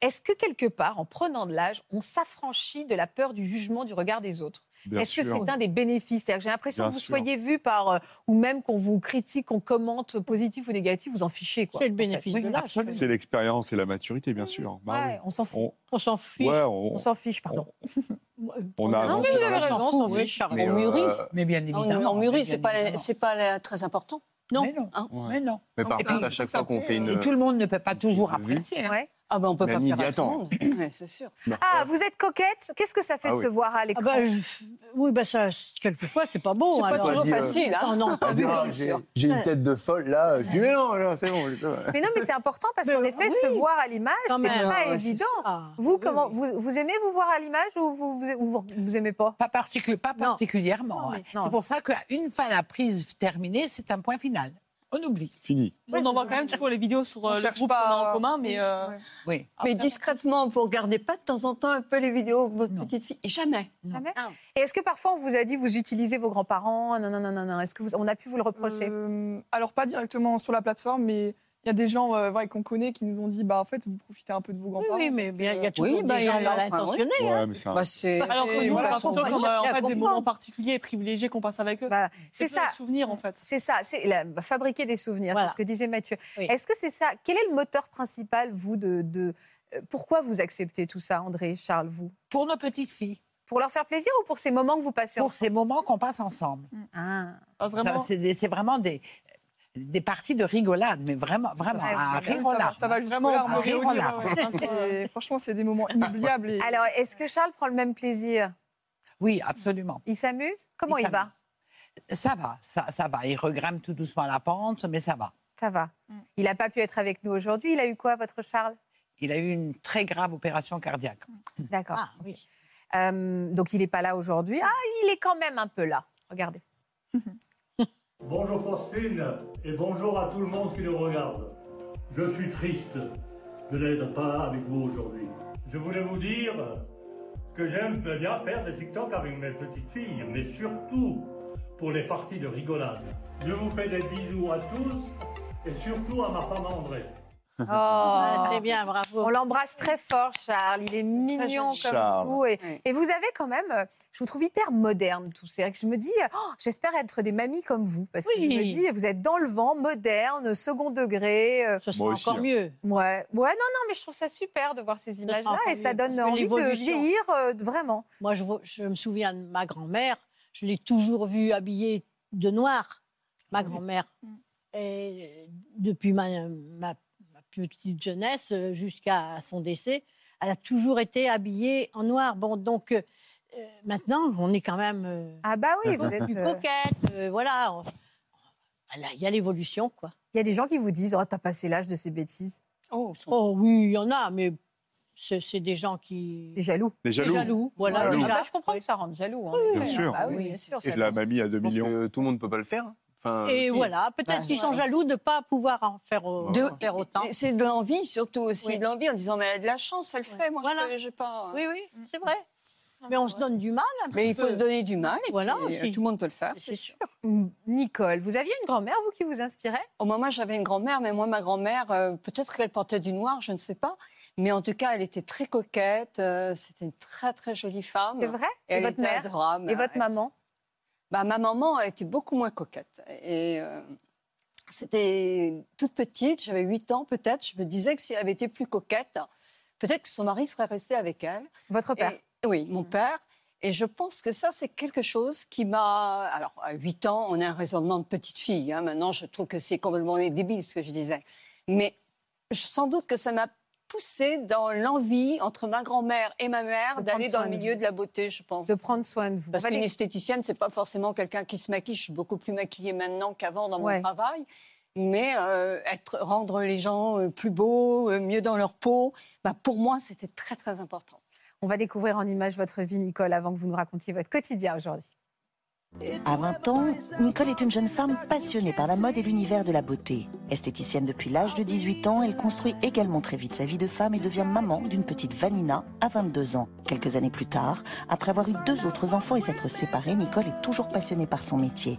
Est-ce que quelque part, en prenant de l'âge, on s'affranchit de la peur du jugement, du regard des autres
Bien
Est-ce que
sûr.
c'est un des bénéfices C'est-à-dire que J'ai l'impression
Bien
que vous
sûr.
soyez vu par, euh, ou même qu'on vous critique, qu'on commente euh, positif ou négatif, vous en fichez. quoi,
C'est le
en fait.
bénéfice de l'âge.
C'est l'expérience et la maturité, bien sûr. Bah
Ouais,
oui.
On s'en fout.
On-
On s'en fiche.
Ouais, on-
On s'en fiche, pardon.
Ah,
Ah, On a
Non,
avancé
mais vous
dans la
avez
vie.
raison, on s'en fiche. Mais on mûrit.
Mais bien
On,
évidemment.
on mûrit,
bien
c'est pas,
évidemment.
c'est pas euh, très important.
Non. Mais non.
Hein
Ouais.
Mais non.
Mais par
Et
contre,
puis-
à chaque fois qu'on fait une.
Et tout le monde ne peut pas toujours
Une vue.
apprécier. hein.
Ah ben on peut
Mamie,
pas
dis
faire
attends.
Ouais, c'est sûr.
Ah, vous êtes coquette Qu'est-ce que ça fait
Ah
de
oui.
se voir à l'écran
Ah bah, je- Oui, bah ça, quelquefois, c'est pas beau.
C'est pas
alors.
toujours
Pas dit, euh, facile,
hein.
Non, non, pas
Ah,
du
dis,
tout.
ah, j'ai- J'ai une tête de folle là. Je dis, mais non, non, c'est bon. ça va.
Mais non, mais c'est important parce qu'en effet, se voir à l'image,
Quand
c'est
même.
pas
Ah, ouais,
évident.
c'est ça.
vous, comment, vous, vous aimez vous voir à l'image ou vous, vous, ou vous, vous aimez pas
Pas, pas particulièrement. hein. C'est pour ça qu'une fois la prise terminée, c'est un point final. On oublie.
Fini.
on envoie quand même toujours les vidéos sur euh, le
cherche
groupe qu'on a en commun, mais euh,
Oui.
Mais discrètement, vous regardez pas de temps en temps un peu les vidéos de votre petite fille Jamais.
Jamais Et est-ce que parfois on vous a dit vous utilisez vos grands-parents Non, non, non, non, non. Est-ce que vous, on a pu vous le reprocher
Euh, alors, pas directement sur la plateforme, mais il y a des gens euh, ouais, qu'on connaît qui nous ont dit bah, en fait, vous profitez un peu de vos grands-parents.
oui, mais
parce
bien,
que-
il y a hein. toujours
bah,
des gens mal intentionnés.
Ouais, mais c'est un-
Bah, c'est-
Alors que
c'est-
nous, on
voilà,
a
on
plutôt comme,
va chercher
euh, en
à
fait, des
comprendre.
moments particuliers et privilégiés qu'on passe avec eux.
C'est
plein
ça.
de souvenirs, en fait.
C'est ça, c'est la- bah, fabriquer des souvenirs,
Voilà.
c'est ce que disait Mathieu. Est-ce que c'est ça Quel est le moteur principal, vous, de, de- euh, pourquoi vous acceptez tout ça, André, Charles, vous
Pour nos petites filles.
Pour leur faire plaisir ou pour ces moments que vous passez
Pour ces moments qu'on passe ensemble.
Ah.
Ça, C'est des- c'est vraiment des, des parties de rigolade, mais vraiment, vraiment,
Ça,
à
ça,
rire
ça
aux
va-
larmes.
ça va jusqu'aux
Vraiment,
larmes,
à rire
oui,
aux
oui,
larmes.
oui, oui, oui. Franchement, c'est des moments inoubliables. Et...
Alors, est-ce que Charles prend le même plaisir
Oui, absolument.
Il s'amuse Comment il, va
Ça va, ça, ça va. Il regrime tout doucement la pente, mais ça va.
Ça va. Il n'a pas pu être avec nous aujourd'hui. Il a eu quoi, votre Charles
Il a eu une très grave opération cardiaque.
D'accord. Euh, donc, il n'est pas là aujourd'hui. Ah, il est quand même un peu là. Regardez.
Bonjour Faustine et bonjour à tout le monde qui nous regarde. Je suis triste de n'être pas là avec vous aujourd'hui. Je voulais vous dire que j'aime bien faire des TikTok avec mes petites filles, mais surtout pour les parties de rigolade. Je vous fais des bisous à tous et surtout à ma femme André.
Oh.
Ouais, c'est bien, bravo.
On l'embrasse très fort, Charles. Il est mignon comme
joli. Charles.
tout. Et,
Oui.
et vous avez quand même, euh, je vous trouve hyper moderne tous. C'est vrai que je me dis, oh, j'espère être des mamies comme vous. Parce que je me dis, vous êtes dans le vent, moderne, second degré. euh,
Ce sera Moi aussi, encore hein. mieux.
Ouais. ouais, non, non, mais je trouve ça super de voir ces images-là.
encore
Et ça
mieux,
donne
parce que
envie de
l'évolution-
vieillir euh, vraiment.
Moi, je, vois- je me souviens de ma grand-mère. Je l'ai toujours vue habillée de noir, ma grand-mère.
Mm.
Et euh, depuis ma, ma- ma petite jeunesse euh, jusqu'à son décès, elle a toujours été habillée en noir. Bon, donc euh, euh, maintenant, on est quand même.
ah bah oui, vous êtes,
plus
euh,
coquette. euh, voilà, on- voilà, Ah il y a l'évolution, quoi.
Il y a des gens qui vous disent, oh, t'as passé l'âge de ces bêtises.
Oh,
Oh oui, il y en a, mais c'est c'est des gens qui.
Des jaloux.
Des jaloux.
voilà.
Jaloux.
déjà.
Ah bah,
je comprends que ça rende jaloux.
Bien sûr.
Ah oui, bien sûr,
Et
ça
la
passe.
mamie à 2
Je pense
millions.
que tout le monde ne peut pas le faire. Enfin,
Et
Ah,
si.
voilà, peut-être
Bah,
qu'ils sont
voilà.
jaloux de ne pas pouvoir en faire, euh,
De-
faire autant.
Et C'est de l'envie surtout aussi, de l'envie en disant mais elle a de la chance, elle le fait, moi je peux- j'ai pas. euh,
Oui, oui, c'est vrai. Mais on se donne du mal. un
Mais
petit
il faut
peu.
se donner du mal et
Voilà,
puis, euh,
aussi.
tout le monde peut le faire, c'est sûr.
Mm. Nicole, vous aviez une grand-mère, vous, qui vous inspirait
Au moment, Oh, j'avais une grand-mère, mais moi, ma grand-mère, euh, peut-être qu'elle portait du noir, je ne sais pas. Mais en tout cas, elle était très coquette. euh, C'était une très, très jolie femme.
C'est vrai
Et,
Et
elle
votre
était
mère
adorable.
Et votre
Elle-
maman
bah, Ma maman était beaucoup moins coquette. Et euh, c'était toute petite, j'avais 8 ans peut-être. Je me disais que si elle avait été plus coquette, peut-être que son mari serait resté avec elle.
Votre père Mmh.
Et- Oui, mon père. Et je pense que ça, c'est quelque chose qui m'a... Alors, à 8 ans, on a un raisonnement de petite fille. hein. Maintenant, je trouve que c'est complètement débile ce que je disais. Mais je- sans doute que ça m'a poussée dans l'envie entre ma grand-mère et ma mère
De
d'aller
prendre
dans
soin
le
de
milieu
vous.
de la beauté, je pense.
De prendre soin de vous.
Parce
On va
qu'une
les-
esthéticienne, c'est pas forcément quelqu'un qui se maquille. Je suis beaucoup plus maquillée maintenant qu'avant dans mon
Ouais.
travail. Mais euh, être, rendre les gens euh, plus beaux, euh, mieux dans leur peau, bah, pour moi, c'était très, très important.
On va découvrir en images votre vie, Nicole, avant que vous nous racontiez votre quotidien aujourd'hui.
À 20 ans, Nicole est une jeune femme passionnée par la mode et l'univers de la beauté. Esthéticienne depuis l'âge de 18 ans, elle construit également très vite sa vie de femme et devient maman d'une petite Vanina à 22 ans. Quelques années plus tard, après avoir eu deux autres enfants et s'être séparée, Nicole est toujours passionnée par son métier.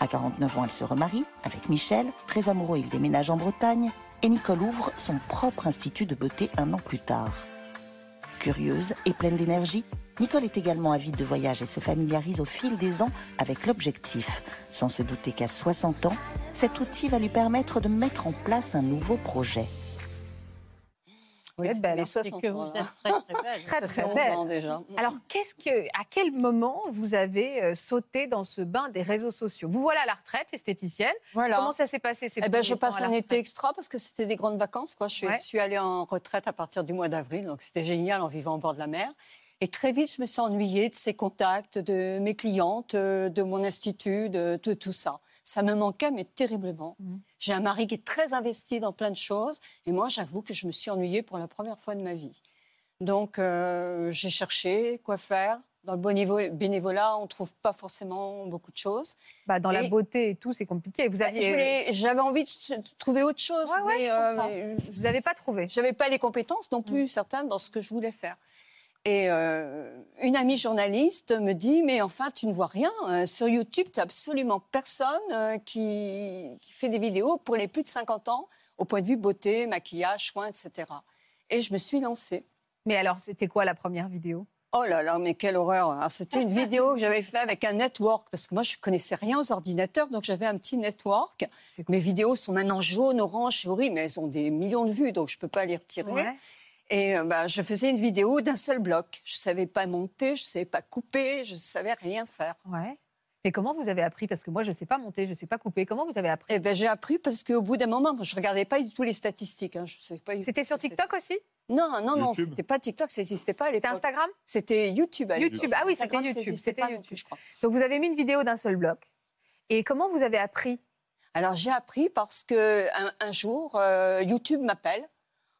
À 49 ans, elle se remarie avec Michel. Très amoureux, ils déménagent en Bretagne et Nicole ouvre son propre institut de beauté un an plus tard. Curieuse et pleine d'énergie, Nicole est également avide de voyage et se familiarise au fil des ans avec l'objectif, sans se douter qu'à 60 ans, cet outil va lui permettre de mettre en place un nouveau projet.
Vous êtes belle.
mes
hein.
60
C'est que
ans,
vous
là.
êtes très, très belle. Mm.
Ça fait 11 ans déjà.
Alors, qu'est-ce que, à quel moment vous avez euh, sauté dans ce bain des réseaux sociaux Vous voilà à la retraite, esthéticienne.
Voilà.
Comment ça s'est passé ces
Eh ben,
premiers
je
temps
passe
à la
un été extra parce que c'était des grandes vacances. Quoi. Je, suis,
Ouais.
je suis allée en retraite à partir du mois d'avril, donc c'était génial en vivant au bord de la mer. Et très vite, je me suis ennuyée de ces contacts, de mes clientes, euh, de mon institut, de, de tout ça. Ça me manquait, mais terriblement.
Mmh.
J'ai un mari qui est très investi dans plein de choses. Et moi, j'avoue que je me suis ennuyée pour la première fois de ma vie. Donc, euh, j'ai cherché quoi faire. Dans le bon niveau bénévolat, on ne trouve pas forcément beaucoup de choses.
Bah, dans la
Et-
beauté et tout, c'est compliqué. Vous
bah,
aviez.
euh,
je voulais- J'avais envie de t- trouver autre chose.
Ouais, ouais,
mais,
je comprends.
vous n'avez
pas trouvé. Mm.
J'avais pas les compétences non plus, certaines, dans ce que je voulais faire. Et euh, une amie journaliste me dit Mais enfin, tu ne vois rien. euh, sur YouTube, tu n'as absolument personne euh, qui, qui fait des vidéos pour les plus de 50 ans, au point de vue beauté, maquillage, soins, etc. Et je me suis lancée.
Mais alors, c'était quoi la première vidéo
Oh là là, mais quelle horreur Alors, C'était une vidéo que j'avais faite avec un network, parce que moi, je connaissais rien aux ordinateurs, donc j'avais un petit network. Mes vidéos sont maintenant jaunes, oranges et horribles, mais elles ont des millions de vues, donc je ne peux pas les retirer.
Ouais.
Et euh, bah, je faisais une vidéo d'un seul bloc. Je ne savais pas monter, je ne savais pas couper, je ne savais rien faire.
Ouais. Et comment vous avez appris Parce que moi, je ne sais pas monter, je ne sais pas couper. Comment vous avez appris
Eh ben, j'ai appris parce qu'au bout d'un moment, moi, je regardais pas du tout les statistiques. hein, je savais pas. C'était
sur TikTok aussi
Non, non, non,
YouTube
c'était pas TikTok, ça n'existait pas à l'époque. C'était
Instagram
C'était YouTube. à l'époque.
YouTube. Ah oui, c'était
Instagram, ça
YouTube.
n'existait
C'était
pas non
YouTube.
plus, je crois.
Donc, vous avez mis une vidéo d'un seul bloc. Et comment vous avez appris
Alors j'ai appris parce que un, un jour euh, YouTube m'appelle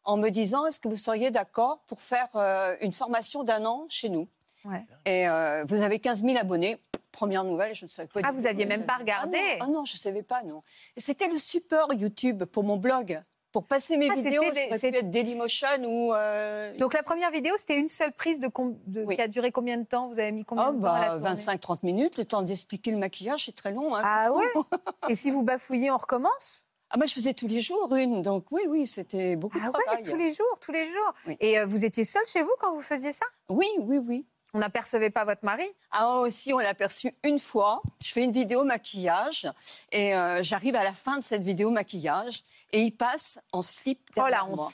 en me disant est-ce que vous seriez d'accord pour faire euh, une formation d'un an chez nous
Ouais.
Et euh, vous avez 15 000 abonnés. Première nouvelle, je ne savais pas.
Ah,
du
vous
tout.
aviez même pas regardé
Ah non, ah non, je ne savais pas, non. Et C'était le support YouTube pour mon blog. Pour passer mes
Ah, c'était
vidéos, ça
des-
aurait pu
c'est-
être Dailymotion ou... euh,
Donc, la première vidéo, c'était une seule prise de com- de- qui a duré combien de temps Vous avez mis combien
Oh,
de temps à la
bah,
tourner
25-30 minutes, le temps d'expliquer le maquillage, c'est très long. hein.
Ah
ouais
Et si vous bafouillez, on recommence
Ah bah, je faisais tous les jours une, donc oui, oui, c'était beaucoup
Ah
de travail.
ouais, tous les jours, tous les jours. Et euh, vous étiez seule chez vous quand vous faisiez ça
Oui, oui, oui.
On n'apercevait pas votre mari
Ah aussi, on l'a aperçu une fois. Je fais une vidéo maquillage et euh, j'arrive à la fin de cette vidéo maquillage et il passe en slip derrière moi.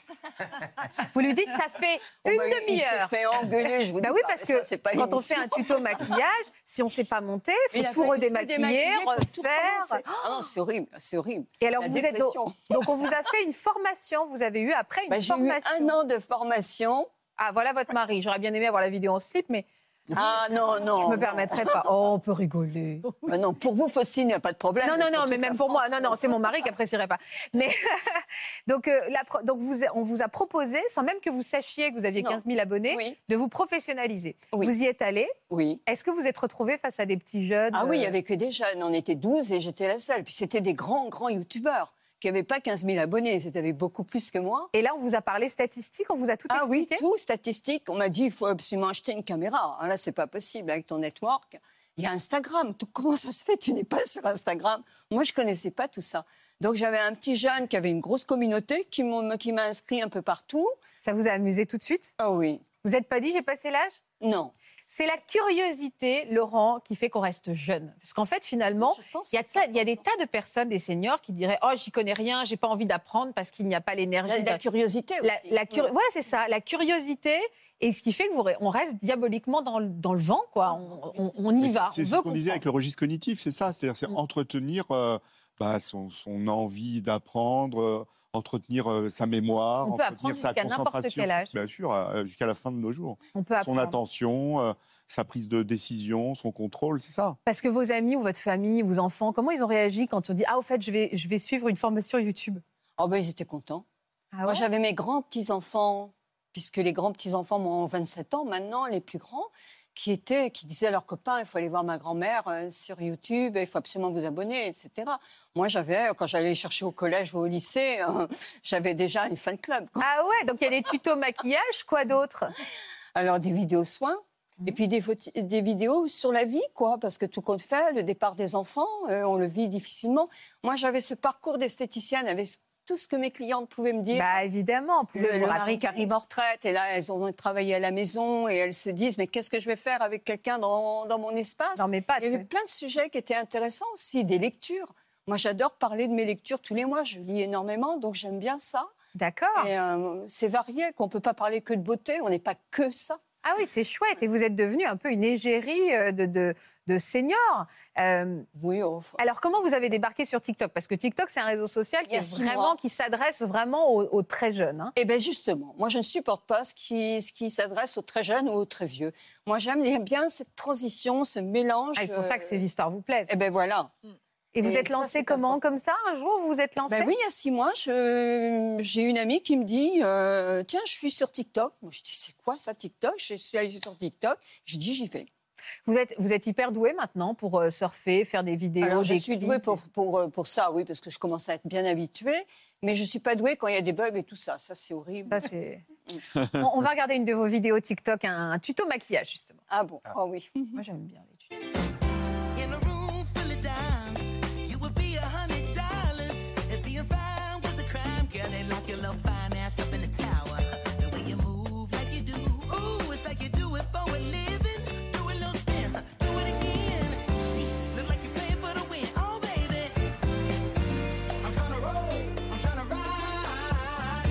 Vous lui dites, ça fait
Oh,
Oh, une
bah, il- il
demi-heure.
s'est fait engueuler, je vous
Bah
dis
oui,
pas,
parce
mais ça,
que
c'est pas
quand on fait
l'émission.
un tuto maquillage, si on ne sait pas monter,
Il
il
a
faut tout
fallu se
redémaquiller,
démaquiller pour tout
refaire.
recommencer. Ah non, c'est horrible, c'est horrible.
Et alors,
La
vous êtes. au-
dépression.
Donc, on vous a fait une formation. Vous avez eu après une
Bah, j'ai eu
formation.
un an de formation.
Ah, voilà votre mari. J'aurais bien aimé avoir la vidéo en slip, mais.
Ah non, non.
Je me permettrais pas. Oh, on peut rigoler.
Bah non, pour vous, Faustine, il n'y a pas de problème.
Non, non, non,
toute
mais
la
même pour moi,
France, euh,
non, non, c'est mon mari qui apprécierait pas. Mais donc, euh, la pro- donc vous, on vous a proposé, sans même que vous sachiez que vous aviez
Non.
15 000 abonnés,
Oui.
de vous professionnaliser.
Oui.
Vous y êtes allé.
Oui.
Est-ce que vous êtes retrouvé face à des petits jeunes
Ah oui, il y
euh,
avait que des jeunes. On était 12 et j'étais la seule. Puis c'était des grands, grands youtubeurs qui n'avaient pas 15 000 abonnés. C'était beaucoup plus que moi.
Et là, on vous a parlé statistiques, on vous a tout
ah expliqué Ah oui, tout, statistiques. On m'a dit, il faut absolument acheter une caméra. Ah Là, c'est pas possible avec ton network. Il y a Instagram. Tout- Comment ça se fait Tu n'es pas sur Instagram. Moi, je connaissais pas tout ça. Donc, j'avais un petit jeune qui avait une grosse communauté qui m'ont- qui m'a inscrit un peu partout.
Ça vous a amusé tout de suite
Ah oui.
Vous n'êtes pas dit j'ai passé l'âge
Non.
C'est la curiosité, Laurent, qui fait qu'on reste jeune. Parce qu'en fait, finalement, il y, a ta- il y a des tas de personnes, des seniors, qui diraient Oh, j'y connais rien, j'ai pas envie d'apprendre parce qu'il n'y a pas l'énergie.
La- la
de-
curiosité
La,
aussi.
la curi- Voilà, c'est ça, la curiosité. Et ce qui fait que vous re- on reste diaboliquement dans le, dans le vent, quoi. On, on- on y
Mais
va.
C'est
on
ce
veut
qu'on disait avec
comprendre. Mm.
le registre cognitif, c'est ça. C'est-à-dire c'est entretenir euh, bah, son, son envie d'apprendre, euh, entretenir euh, sa mémoire,
On peut apprendre
entretenir sa
jusqu'à n'importe
concentration.
quel âge.
Bien sûr, euh, jusqu'à la fin de nos jours.
On peut
son
apprendre.
attention, euh, sa prise de décision, son contrôle, c'est ça.
Parce que vos amis ou votre famille, vos enfants, comment ils ont réagi quand on dit Ah, au fait, je vais, je vais suivre une formation YouTube
Oh, ben, ils étaient contents.
Ah
Moi, j'avais mes grands-petits-enfants, puisque les grands-petits-enfants m'ont 27 ans maintenant, les plus grands, qui, étaient, qui disaient à leurs copains, il faut aller voir ma grand-mère euh, sur YouTube, il faut absolument vous abonner, etc. Moi, j'avais, euh, quand j'allais chercher au collège ou au lycée, euh, j'avais déjà une fan club.
Ah ouais, donc il y a des tutos maquillage, quoi d'autre
Alors, des vidéos soins.
Mhm.
Et puis des, photi- des vidéos sur la vie, quoi, parce que tout compte fait, le départ des enfants, euh, on le vit difficilement. Moi, j'avais ce parcours d'esthéticienne avec ce- tout ce que mes clientes pouvaient me dire.
Bah évidemment,
le,
pouvez-vous
le
raconter.
mari qui arrive en retraite, et là, elles ont travaillé à la maison, et elles se disent, mais qu'est-ce que je vais faire avec quelqu'un dans, dans mon espace Il y avait plein de sujets qui étaient intéressants aussi, des lectures. Moi, j'adore parler de mes lectures tous les mois, je lis énormément, donc j'aime bien ça. D'accord. Et euh, c'est varié, qu'on ne peut pas parler que de beauté, on n'est pas que ça.
Ah oui, c'est chouette. Et vous êtes devenu un peu une égérie euh, de, de, de seniors. Euh, Alors, comment vous avez débarqué sur TikTok Parce que TikTok, c'est un réseau social qui,
y a
est
six
vraiment,
mois.
qui s'adresse vraiment aux, aux très jeunes. hein.
Eh bien justement, moi je ne supporte pas ce qui, ce qui s'adresse aux très jeunes ou aux très vieux. Moi j'aime bien cette transition, ce mélange.
Ah, c'est pour ça que ces histoires vous plaisent.
Eh bien voilà.
Et vous êtes lancée
comment
comme ça Un jour vous vous êtes lancée
ben Oui, il y a six mois, je- j'ai une amie qui me dit euh, Tiens, je suis sur TikTok. Moi je dis C'est quoi ça TikTok Je suis allée sur TikTok. Je dis J'y vais.
Vous êtes, vous êtes hyper douée maintenant pour euh, surfer, faire des vidéos.
Alors, je
des
suis
clips.
douée pour, pour, euh, pour ça, oui, parce que je commence à être bien habituée. Mais je ne suis pas douée quand il y a des bugs et tout ça. Ça, c'est horrible.
On, on va regarder une de vos vidéos TikTok, un, un tuto maquillage justement.
Ah bon Ah oui.
Moi j'aime bien.
In a room full of dimes, you would be a hundred dollars. If being fine was a crime, girl, they lock your little fine ass up in the tower. The way you move like you do, ooh, it's like you do it for a living. Do a little spin, do it again. See, look like you're playing for the win. Oh, baby. I'm tryna roll, I'm tryna ride.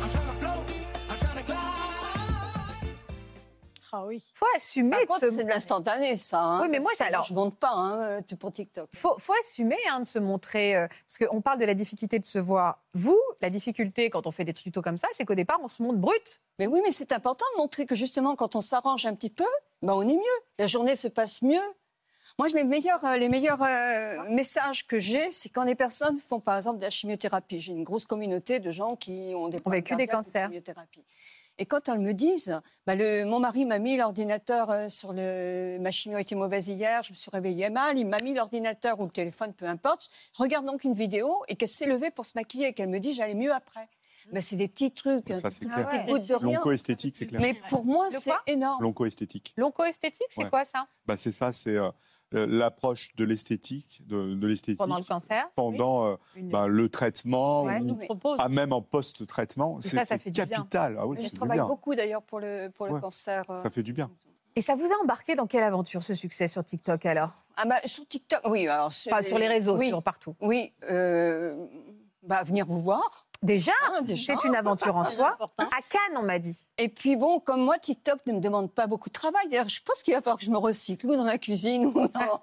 I'm tryna float, I'm tryna glide.
Ah oui.
Faut assumer.
Par contre, c'est de l'instantané, ça. hein,
Oui, mais moi,
parce que
alors-
Je ne monte pas hein, euh, pour TikTok.
Faut, faut assumer hein, de se montrer, euh, parce qu'on parle de la difficulté de se voir. Vous, la difficulté quand on fait des tutos comme ça, c'est qu'au départ on se montre brut.
Mais oui, mais c'est important de montrer que justement, quand on s'arrange un petit peu, ben on est mieux. La journée se passe mieux. Moi, je- les meilleurs, euh, les meilleurs euh, messages que j'ai, c'est quand les personnes font, par exemple, de la chimiothérapie. J'ai une grosse communauté de gens qui ont des problèmes
vécu des
cardiaques de chimiothérapie. Et quand elles me disent, bah, le- mon mari m'a mis l'ordinateur euh, sur le, ma chimio était mauvaise hier, je me suis réveillée mal, il m'a mis l'ordinateur ou le téléphone, peu importe. Regarde donc une vidéo et qu'elle s'est levée pour se maquiller et qu'elle me dit, j'allais mieux après.
Mmh.
Ben, c'est des petits trucs,
Ça,
hein,
c'est
des
clair.
petites gouttes de rien.
L'onco-esthétique, c'est clair.
Mais pour moi,
Le
c'est
quoi
énorme.
L'onco-esthétique.
L'onco-esthétique, c'est
Ouais.
quoi ça
Bah, c'est ça, c'est euh, euh, l'approche de l'esthétique, de, de l'esthétique
Pendant le cancer
pendant euh, bah, le traitement,
Ouais,
ou
nous propose.
pas même en post-traitement.
Et
C'est
ça, ça
c'est
fait du bien.
capital. Ah oui,
Je
c'est du
travaille
bien.
beaucoup d'ailleurs pour le, pour le
Ouais.
cancer. euh.
Ça fait du bien.
Et ça vous a embarqué dans quelle aventure ce succès sur TikTok alors
Ah bah, sur TikTok, oui. Alors, sur,
Enfin, sur les réseaux,
oui.
sur partout.
Oui, euh, bah, venir vous voir. Ah,
Déjà,
déjà.
c'est une aventure en soi.
À
Cannes, on m'a dit.
Et puis bon, comme moi, TikTok ne me demande pas beaucoup de travail. D'ailleurs, je pense qu'il va falloir que je me recycle ou dans la cuisine ou dans-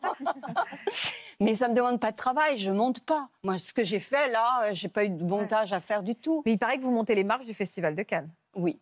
Mais ça ne me demande pas de travail, je monte pas. Moi, ce que j'ai fait là, euh, j'ai pas eu de montage à faire du tout.
Mais il paraît que vous montez les marches du Festival de Cannes.
Oui.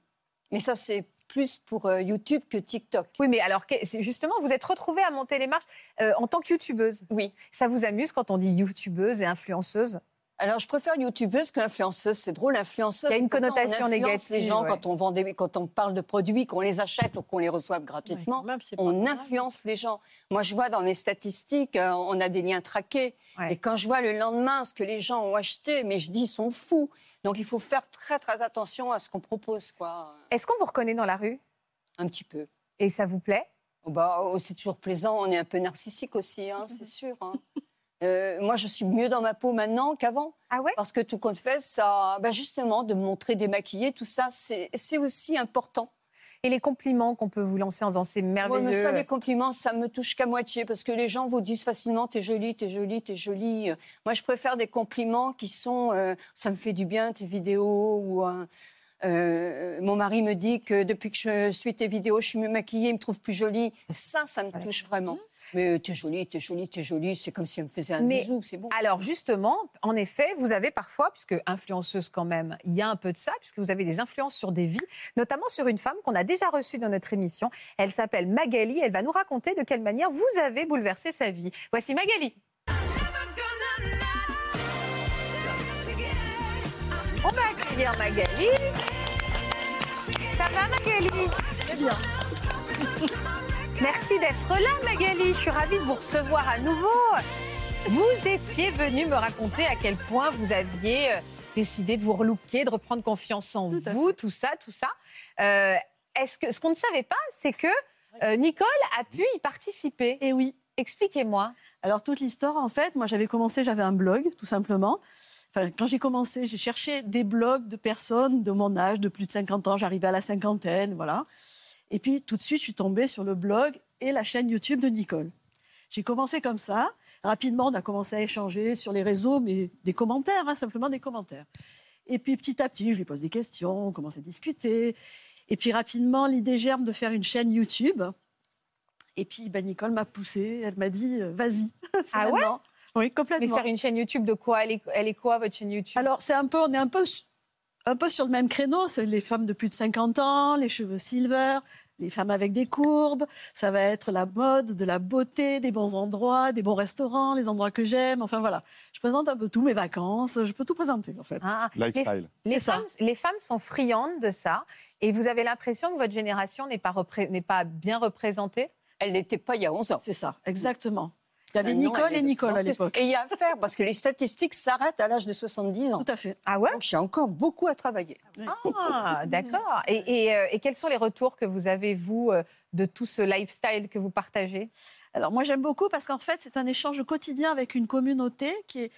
Mais ça, c'est plus pour euh, YouTube que TikTok.
Oui, mais alors que- c'est- justement, vous êtes retrouvée à monter les marches euh, en tant que youtubeuse.
Oui.
Ça vous amuse quand on dit youtubeuse et influenceuse
Alors, je préfère youtubeuse que influenceuse. C'est drôle, influenceuse.
Il y a une
Pourtant, on
connotation
influence Les
négative,
gens,
ouais.
quand, on vend des- quand on parle de produits, qu'on les achète ou qu'on les reçoive gratuitement, on influence les gens. Moi, je vois dans mes statistiques, euh, on a des liens traqués. Et quand je vois le lendemain ce que les gens ont acheté, mais je dis, ils sont fous. Donc, il faut faire très, très attention à ce qu'on propose. quoi.
Est-ce qu'on vous reconnaît dans la rue
Un petit peu.
Et ça vous plaît
bah, oh, C'est toujours plaisant. On est un peu narcissique aussi, hein, c'est sûr. hein. Euh, moi, je suis mieux dans ma peau maintenant qu'avant.
Ah ouais
Parce que tout compte fait, ça, bah, justement, de me montrer démaquillée, tout ça, c'est c'est aussi important.
Et les compliments qu'on peut vous lancer en disant c'est
Moi,
merveilleux
mais ça, les compliments, ça me touche qu'à moitié parce que les gens vous disent facilement t'es jolie, t'es jolie, t'es jolie. Euh, Moi, je préfère des compliments qui sont euh, ça me fait du bien tes vidéos ou euh, euh, mon mari me dit que depuis que je suis tes vidéos, je suis mieux maquillée, il me trouve plus jolie. Ça, ça me touche vraiment. Mais euh, t'es jolie, t'es jolie, t'es jolie, c'est comme si elle me faisait un
Mhm. Mais
bisou.
alors justement, en effet, vous avez parfois, puisque influenceuse quand même, il y a un peu de ça, puisque vous avez des influences sur des vies, notamment sur une femme qu'on a déjà reçue dans notre émission. Elle s'appelle Magali, elle va nous raconter de quelle manière vous avez bouleversé sa vie. Voici Magali. On va accueillir Magali. Ça va Magali bien. Merci d'être là Magali, je suis ravie de vous recevoir à nouveau. Vous étiez venu me raconter à quel point vous aviez euh, décidé de vous relooker, de reprendre confiance en vous, tout ça, tout ça. Euh, est-ce que ce qu'on ne savait pas, c'est que euh, Nicole a pu y participer
Et Eh oui.
Expliquez-moi.
Alors, toute l'histoire, en fait, moi, j'avais commencé, j'avais un blog, tout simplement. Enfin, quand j'ai commencé, j'ai cherché des blogs de personnes de mon âge, de plus de 50 ans. J'arrivais à la cinquantaine, voilà. Et puis, tout de suite, je suis tombée sur le blog et la chaîne YouTube de Nicole. J'ai commencé comme ça. Rapidement, on a commencé à échanger sur les réseaux, mais des commentaires, hein, simplement des commentaires.
Et puis petit à petit, je lui pose des questions, on commence à discuter. Et puis rapidement, l'idée germe de faire une chaîne YouTube. Et puis ben, Nicole m'a poussée, elle m'a dit euh, vas-y. c'est
Ah ouais
maintenant. Oui, complètement.
Mais faire une chaîne YouTube de quoi elle est, elle est quoi votre chaîne YouTube
Alors, c'est un peu, on est un peu, su- un peu sur le même créneau. C'est les femmes de plus de 50 ans, les cheveux silver, les femmes avec des courbes. Ça va être la mode, de la beauté, des bons endroits, des bons restaurants, les endroits que j'aime. Enfin, voilà. Je présente un peu tout, mes vacances. Je peux tout présenter, en fait.
Ah,
Lifestyle.
Les, les femmes, les femmes sont friandes de ça. Et vous avez l'impression que votre génération n'est pas, repré- n'est pas bien représentée
Elle n'était pas il y a 11 ans.
C'est ça, exactement. Il y avait
Ah non,
Nicole
elle
et
est de
Nicole
plus
à
en plus.
l'époque.
Et il y a à faire, parce que les statistiques s'arrêtent à l'âge de 70 ans. Tout
à fait.
Ah ouais
Donc j'ai encore beaucoup à travailler.
Ah, d'accord. Et, et, euh, et quels sont les retours que vous avez, vous, euh, de tout ce lifestyle que vous partagez
Alors moi j'aime beaucoup parce qu'en fait c'est un échange quotidien avec une communauté qui est...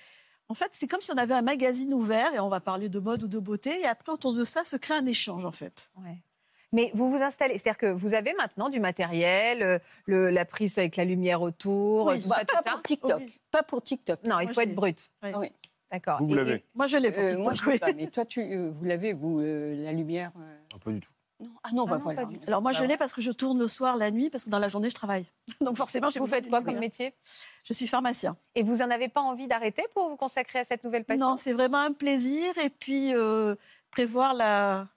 En fait c'est comme si on avait un magazine ouvert et on va parler de mode ou de beauté et après autour de ça se crée un échange en fait.
Mais vous vous installez, c'est-à-dire que vous avez maintenant du matériel, euh, le- la prise avec la lumière autour,
Oui.
tout
Bah,
ça, tout
pas
ça.
pour TikTok, pas pour TikTok.
Non, il
Moi,
faut
je
être
l'ai.
brut.
Oui.
D'accord.
Vous
Et-
l'avez.
et-
Moi, je l'ai pour
Euh, moi,
TikTok,
je l'ai
oui.
pas, mais toi, tu, euh, vous l'avez, vous, euh, la lumière euh,
Pas du tout.
Ah non, bah
non,
voilà.
pas du tout. Alors moi
Bah
je l'ai
voilà.
parce que je tourne le soir, la nuit, parce que dans la journée je travaille. Donc forcément j'ai
Vous
besoin
faites quoi
de
comme
lumière.
métier
Je suis pharmacien.
Et vous n'en avez pas envie d'arrêter pour vous consacrer à cette nouvelle passion
Non, c'est vraiment un plaisir et puis euh, prévoir la...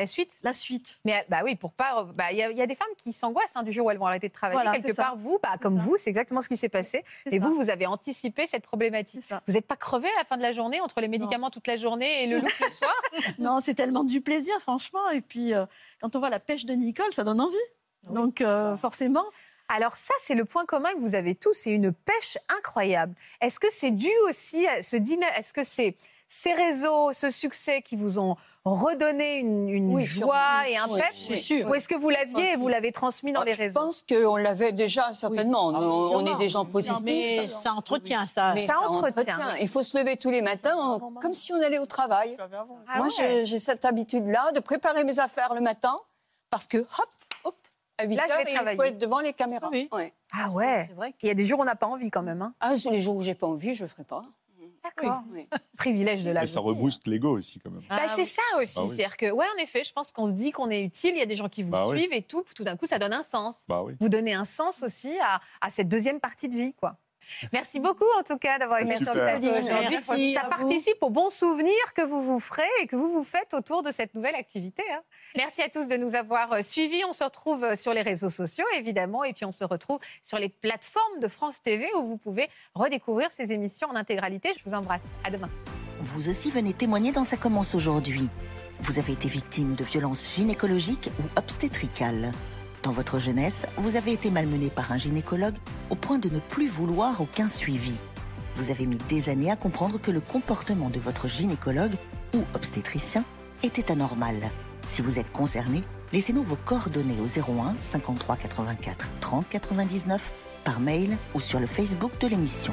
La suite
La suite.
Mais euh, bah oui, pour pas. euh, bah, Il y, a- il y a des femmes qui s'angoissent hein, du jour où elles vont arrêter de travailler.
Voilà, c'est
Quelque
ça.
part, vous, bah, comme vous, c'est exactement ce qui s'est passé. Et vous, vous avez anticipé cette problématique. Vous n'êtes pas crevé à la fin de la journée entre les médicaments toute la journée et le look le soir
Non, c'est tellement du plaisir, franchement. Et puis, euh, quand on voit la pêche de Nicole, ça donne envie. Donc, euh, forcément.
Alors ça, c'est le point commun que vous avez tous, c'est une pêche incroyable. Est-ce que c'est dû aussi à ce dîner Est-ce que c'est ces réseaux, ce succès qui vous ont redonné une, une
Oui,
joie
sûrement.
et un
Oui,
pep
c'est sûr.
Ou est-ce que vous l'aviez et vous l'avez transmis dans les
Je
réseaux Ah
pense qu'on l'avait déjà, certainement. On- on, est des gens positifs.
mais
ça entretient, ça.
Mais
Ça entretient, oui.
Il faut se lever tous les matins on- comme si on allait au travail.
Ah
Moi,
ouais.
j'ai- j'ai cette habitude-là de préparer mes affaires le matin parce que, hop, hop, à 8
Là, je
heures,
vais
il faut
travailler.
être devant les caméras. Ouais.
Ah ouais Il y a des jours où on n'a pas envie quand même. Hein.
Ah, sur les jours où j'ai pas envie, je ne ferai pas.
D'accord.
Oui.
Privilège de la
Et ça
vie.
rebooste
hein.
l'ego aussi, quand même.
Bah, c'est ça aussi,
Bah oui.
c'est-à-dire que, ouais, en effet, je pense qu'on se dit qu'on est utile, il y a des gens qui vous
Bah oui.
suivent et tout, tout d'un coup, ça donne un sens.
Bah oui.
Vous donnez un sens aussi à, à cette deuxième partie de vie, quoi. Merci beaucoup, en tout cas, d'avoir été
C'était
sur le
super.
plateau aujourd'hui.
Merci
Ça
à vous.
participe aux bons souvenirs que vous vous ferez et que vous vous faites autour de cette nouvelle activité. hein. Merci à tous de nous avoir euh, suivis. On se retrouve euh, sur les réseaux sociaux, évidemment, et puis on se retrouve sur les plateformes de France TV où vous pouvez redécouvrir ces émissions en intégralité. Je vous embrasse. À demain.
Vous aussi venez témoigner dans Ça commence aujourd'hui. Vous avez été victime de violences gynécologiques ou obstétricales. Dans votre jeunesse, vous avez été malmené par un gynécologue au point de ne plus vouloir aucun suivi. Vous avez mis des années à comprendre que le comportement de votre gynécologue ou obstétricien était anormal. Si vous êtes concerné, laissez-nous vos coordonnées au 01 53 84 30 99 par mail ou sur le Facebook de l'émission.